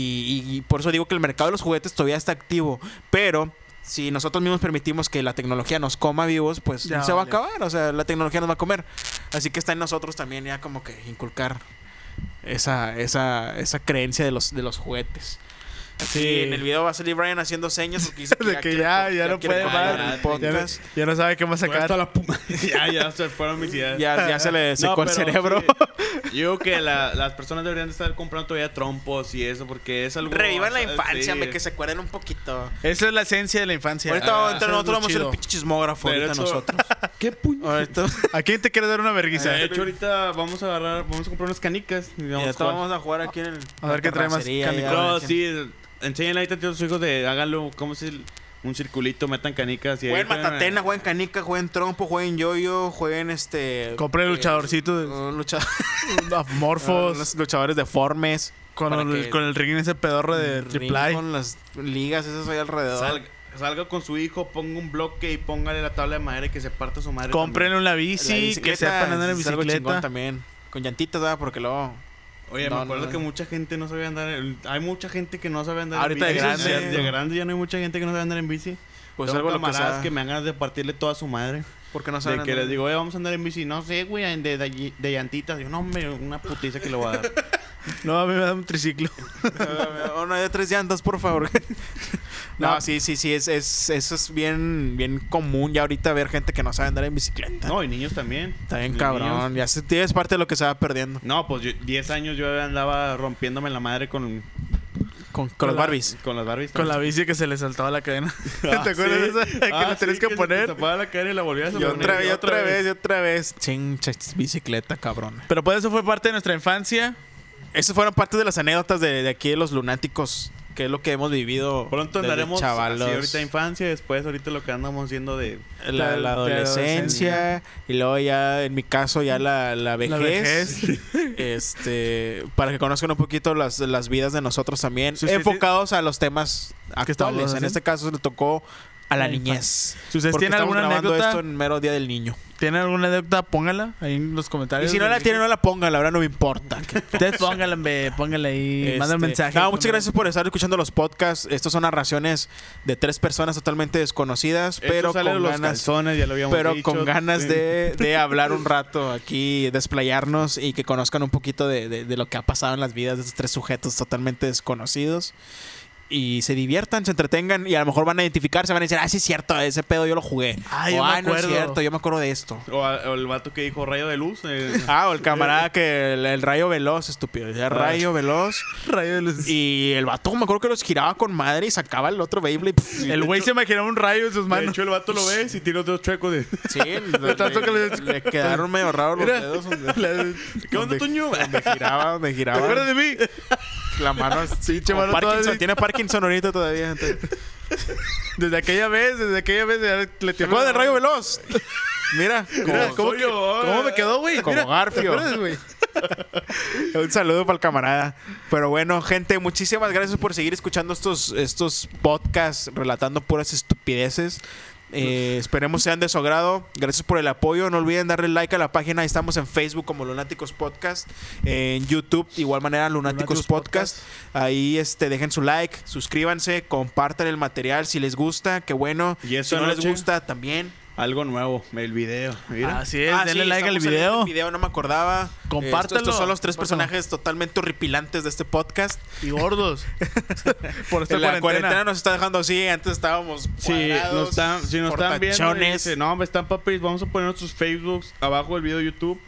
B: y- y por eso digo que el mercado de los juguetes todavía está activo. Pero si nosotros mismos permitimos que la tecnología nos coma vivos, pues
A: Ya
B: se va a
A: vale.
B: acabar. O sea, la tecnología nos va a comer. Así que está en nosotros también ya como que inculcar esa, esa, esa creencia de los, de los juguetes. Aquí
A: Sí.
B: en el video va a salir Brian haciendo señas
A: <laughs>
B: porque dice que
A: De que ya, ya no
B: quiere
A: puede
B: parar
A: más.
B: el
A: Ya no-
B: podcast.
A: Ya no sabe qué más sacar.
C: Hasta la pu- ya, ya se fueron mis ideas.
B: Ya, ya se
A: <laughs>
B: le secó el
C: pero
B: cerebro.
C: sí, yo digo que la- las personas deberían de estar comprando todavía trompos y eso porque es algo...
B: Revivan la
C: o sea,
B: infancia,
C: sí.
B: me que se acuerden un poquito.
A: Esa es la esencia de la infancia.
B: ahorita
A: Ah,
B: ahorita
A: eso es
B: nosotros
A: lo
B: vamos a hacer el
A: chido.
B: pinche chismógrafo
C: De
B: ahorita
C: hecho-
B: nosotros.
A: <laughs>
C: ¿Qué puño?
B: Ahorita,
A: ¿A quién te quieres dar una verguiza?
C: De hecho, ahorita vamos a agarrar, vamos a comprar unas canicas. Y vamos a
B: ahorita
C: jugar.
B: vamos a jugar aquí en el...
A: A ver qué trae más
B: terracería, ya,
A: caniculo.
B: a
C: No,
B: ver quién-
C: sí, enséñenle ahí a sus hijos de háganlo, ¿cómo es el- un circulito, metan canicas y ahí
B: Jueguen
C: juegan a-
B: matatena, jueguen canica, jueguen trompo, jueguen yoyo, jueguen este...
A: Compré
B: eh,
A: luchadorcitos de-
B: un lucha-
A: Amorfos.
B: unos luchadores deformes.
A: Con
B: para
A: el,
B: que-
A: con el ring ese pedorro <laughs> de
B: ring
A: Triple A.
B: Con las ligas esas ahí alrededor.
C: Salga, salga con su hijo, ponga un bloque y póngale la tabla de madera y que se parta su madre.
A: Compren una
B: La
A: bici, que
B: bicicleta
A: sepan andar en
B: es algo chingón
A: bicicleta.
B: también. Con llantitas, ¿verdad? Porque luego...
C: también. Oye,
B: No,
C: me
B: no,
C: acuerdo
B: no.
C: que mucha gente no sabe andar. en- Hay mucha gente que no sabe andar
A: Ahorita
C: en
A: de
C: bici.
A: grande,
C: Ya-
A: ¿no?
C: de grande ya no hay mucha gente que no sabe andar en bici.
B: Pues
C: Tengo
B: algo lo que
C: camaradas
B: sea.
C: que me hagan de partirle toda su madre.
B: Porque no
C: de
B: saben.
C: que
B: andar.
C: les digo, eh, vamos a andar en bici. No sé, güey, en de, de, de llantitas. Yo, no, hombre, una putiza que le voy a
B: <laughs>
C: dar.
A: No, a mí me da un triciclo.
B: Oh, no, de tres llantas, por favor. <laughs> no,
A: No.
B: sí, sí, sí, es, es, eso es bien, bien común ya ahorita ver gente que no sabe andar en bicicleta.
C: No, y niños también.
B: Está bien
C: Los
B: cabrón,
C: niños.
B: ya se, es parte de lo que se va perdiendo.
C: No, pues yo- 10 años yo andaba rompiéndome la madre con,
B: Con, con
A: Con
B: los
A: la-
B: Barbies.
C: con las Barbies.
A: Con la
C: también.
A: bici que se le saltaba la cadena.
B: <laughs>
C: Ah,
A: ¿Te acuerdas
C: sí.
A: de esa? Que
C: Ah,
A: la tenías
C: sí,
A: que
C: se
A: poner.
C: te tapaba la cara y la volvías a
B: Y
C: poner.
B: otra vez, y otra vez, y otra vez. Ching, ch- bicicleta, cabrón.
A: Pero pues eso fue parte de nuestra infancia.
B: Esas fueron parte de las anécdotas de, de aquí de los lunáticos, que es lo que hemos vivido.
C: Pronto
B: desde
C: andaremos
B: chavalos.
C: así ahorita infancia, después ahorita lo que andamos siendo de...
B: la, la
A: De- de
B: adolescencia y luego ya en mi caso ya la, la vejez, <laughs> este para que conozcan un poquito las, las vidas de nosotros también
A: Sí, sí, sí.
B: enfocados a los temas
A: estamos
B: actuales en
A: haciendo?
B: este caso le tocó a la
A: La
B: niñez
A: Si ustedes
B: porque
A: tienen
B: estamos
A: alguna
B: grabando
A: anécdota,
B: esto en mero día del niño
A: tienen alguna anécdota, póngala ahí en los
B: y
A: comentarios.
B: si no la tienen no la pongan la verdad no me importa
A: <laughs> Ustedes pónganla, hombre, pónganla ahí.
B: Este,
A: Manda un mensaje.
B: no, muchas gracias por estar escuchando los podcasts estos son narraciones de tres personas totalmente desconocidas pero
C: Esto sale de
B: con
C: los
B: ganas
C: calzones, ya lo habíamos
B: pero
C: dicho.
B: con ganas
C: Sí.
B: de, de hablar un rato aquí, desplayarnos y que conozcan un poquito de, de- de lo que ha pasado en las vidas de estos tres sujetos totalmente desconocidos. Y se diviertan, se entretengan y a lo mejor van a identificarse, van a decir, ah, sí es cierto, ese pedo yo lo jugué.
A: Ah, yo
B: O,
A: me
B: "Ah, no es
A: acuerdo".
B: cierto, yo me acuerdo de esto.
C: O, a- o el vato que dijo rayo de luz. eh,
B: <laughs> Ah, o el camarada que el, el rayo veloz, estúpido. decía, rayo veloz.
A: <laughs> Rayo de luz.
B: Y el vato, me acuerdo que los giraba con madre y sacaba <laughs> el otro Beyblade. pues,
A: El güey se imaginaba un rayo en sus
C: de
A: manos. <laughs>
C: hecho, el vato lo ves y tiene los dedos chuecos
B: <laughs>
C: de...
B: Sí, le,
A: tanto que le-
B: le quedaron medio raros los
A: Mira.
B: dedos. donde-
C: ¿Qué onda,
B: donde- <laughs>
C: Toño?
B: Donde giraba, donde giraba.
A: ¿Te acuerdas de mí?
B: La mano así,
A: che,
B: como
A: mano,
B: Parkinson.
A: toda así.
B: Tiene Parkinson ahorita todavía, gente.
A: Desde aquella vez, desde aquella vez ya le
B: ¿Te
A: tiró.
B: acuerdas del rayo veloz? Mira,
A: Mira,
B: como,
A: ¿cómo,
C: <laughs> soy
A: que-
C: yo,
A: cómo
C: eh.
A: me quedó, güey?
B: como
A: Mira, ¿te
B: Garfio.
A: acuerdas, güey?
B: Un saludo para el camarada. Pero bueno, gente, muchísimas gracias por seguir escuchando estos, estos podcasts relatando puras estupideces. Eh, esperemos sean de su agrado. Gracias por el apoyo. No olviden darle like a la página. Ahí estamos en Facebook como Lunáticos Podcast. En YouTube, de igual manera, Lunáticos,
A: Lunáticos
B: Podcast. Ahí este, dejen su like, suscríbanse, compartan el material si les gusta. Qué bueno.
C: Y esta
B: si no les
C: noche-
B: gusta, también.
C: Algo nuevo, el video. Mira.
A: Así es,
B: Ah,
A: denle
B: sí,
A: like al
B: estamos saliendo
A: video.
B: en video, no me acordaba.
A: Compártelo.
B: Eh, estos- estos son los tres
A: Compártelo.
B: personajes totalmente horripilantes de este podcast.
A: Y
B: <laughs>
A: gordos. Por esta cuarentena.
B: la cuarentena. nos está dejando así. Antes estábamos
C: Si nos están, si nos están viendo, y
B: portachones.
C: dicen, no, hombre, están papis, vamos a poner nuestros Facebooks abajo del video de YouTube.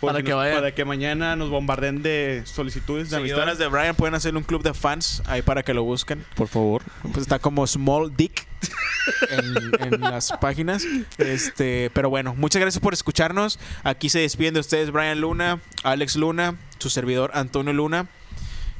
C: por
A: Para
C: si
A: que
C: nos-
A: vayan.
C: para que mañana nos bombarden de solicitudes de
B: Seguidoras
C: amistades.
B: de Brian pueden hacerle un club de fans ahí para que lo busquen.
C: Por favor.
B: Pues está como Small
C: <laughs>
B: Dick en, en las páginas. Este, pero bueno, muchas gracias por escucharnos. Aquí se despiden de ustedes Brian Luna, Alex Luna, su servidor Antonio Luna.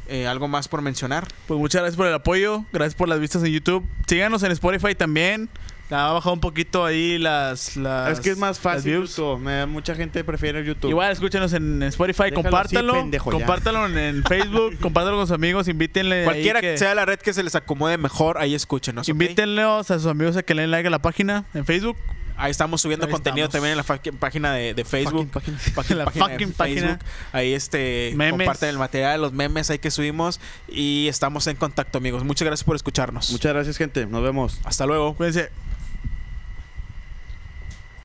B: Eh, ¿Algo más por mencionar?
A: Pues muchas gracias por el apoyo, gracias por las vistas en YouTube. Síganos en Spotify también. Ha bajado un poquito ahí las. las
C: es que es más
A: las
C: fácil.
A: views.
C: YouTube. Me- Mucha gente prefiere YouTube.
A: Igual escúchenos en Spotify,
C: Déjalo
A: compártalo.
C: así, pendejo, ya.
A: compártalo en, en
C: <laughs>
A: Facebook, compártalo con sus amigos, invítenle. ahí
B: Cualquiera
A: que-
B: que sea la red que se les acomode mejor, ahí escúchenos. ¿ok?
A: Invítenlos a sus amigos a que le den like a la página en Facebook.
B: Ahí estamos subiendo
A: Ahí
B: contenido
A: estamos.
B: también en la fucking página de, de Facebook.
A: Fucking <laughs>
B: Fucking
A: la
B: página de
A: fucking
B: Facebook.
A: página.
B: Ahí este
A: Memes.
B: comparten el material, los memes ahí que subimos y estamos en contacto, amigos. Muchas gracias por escucharnos.
C: Muchas gracias, gente. Nos vemos.
B: Hasta luego.
A: Cuídense.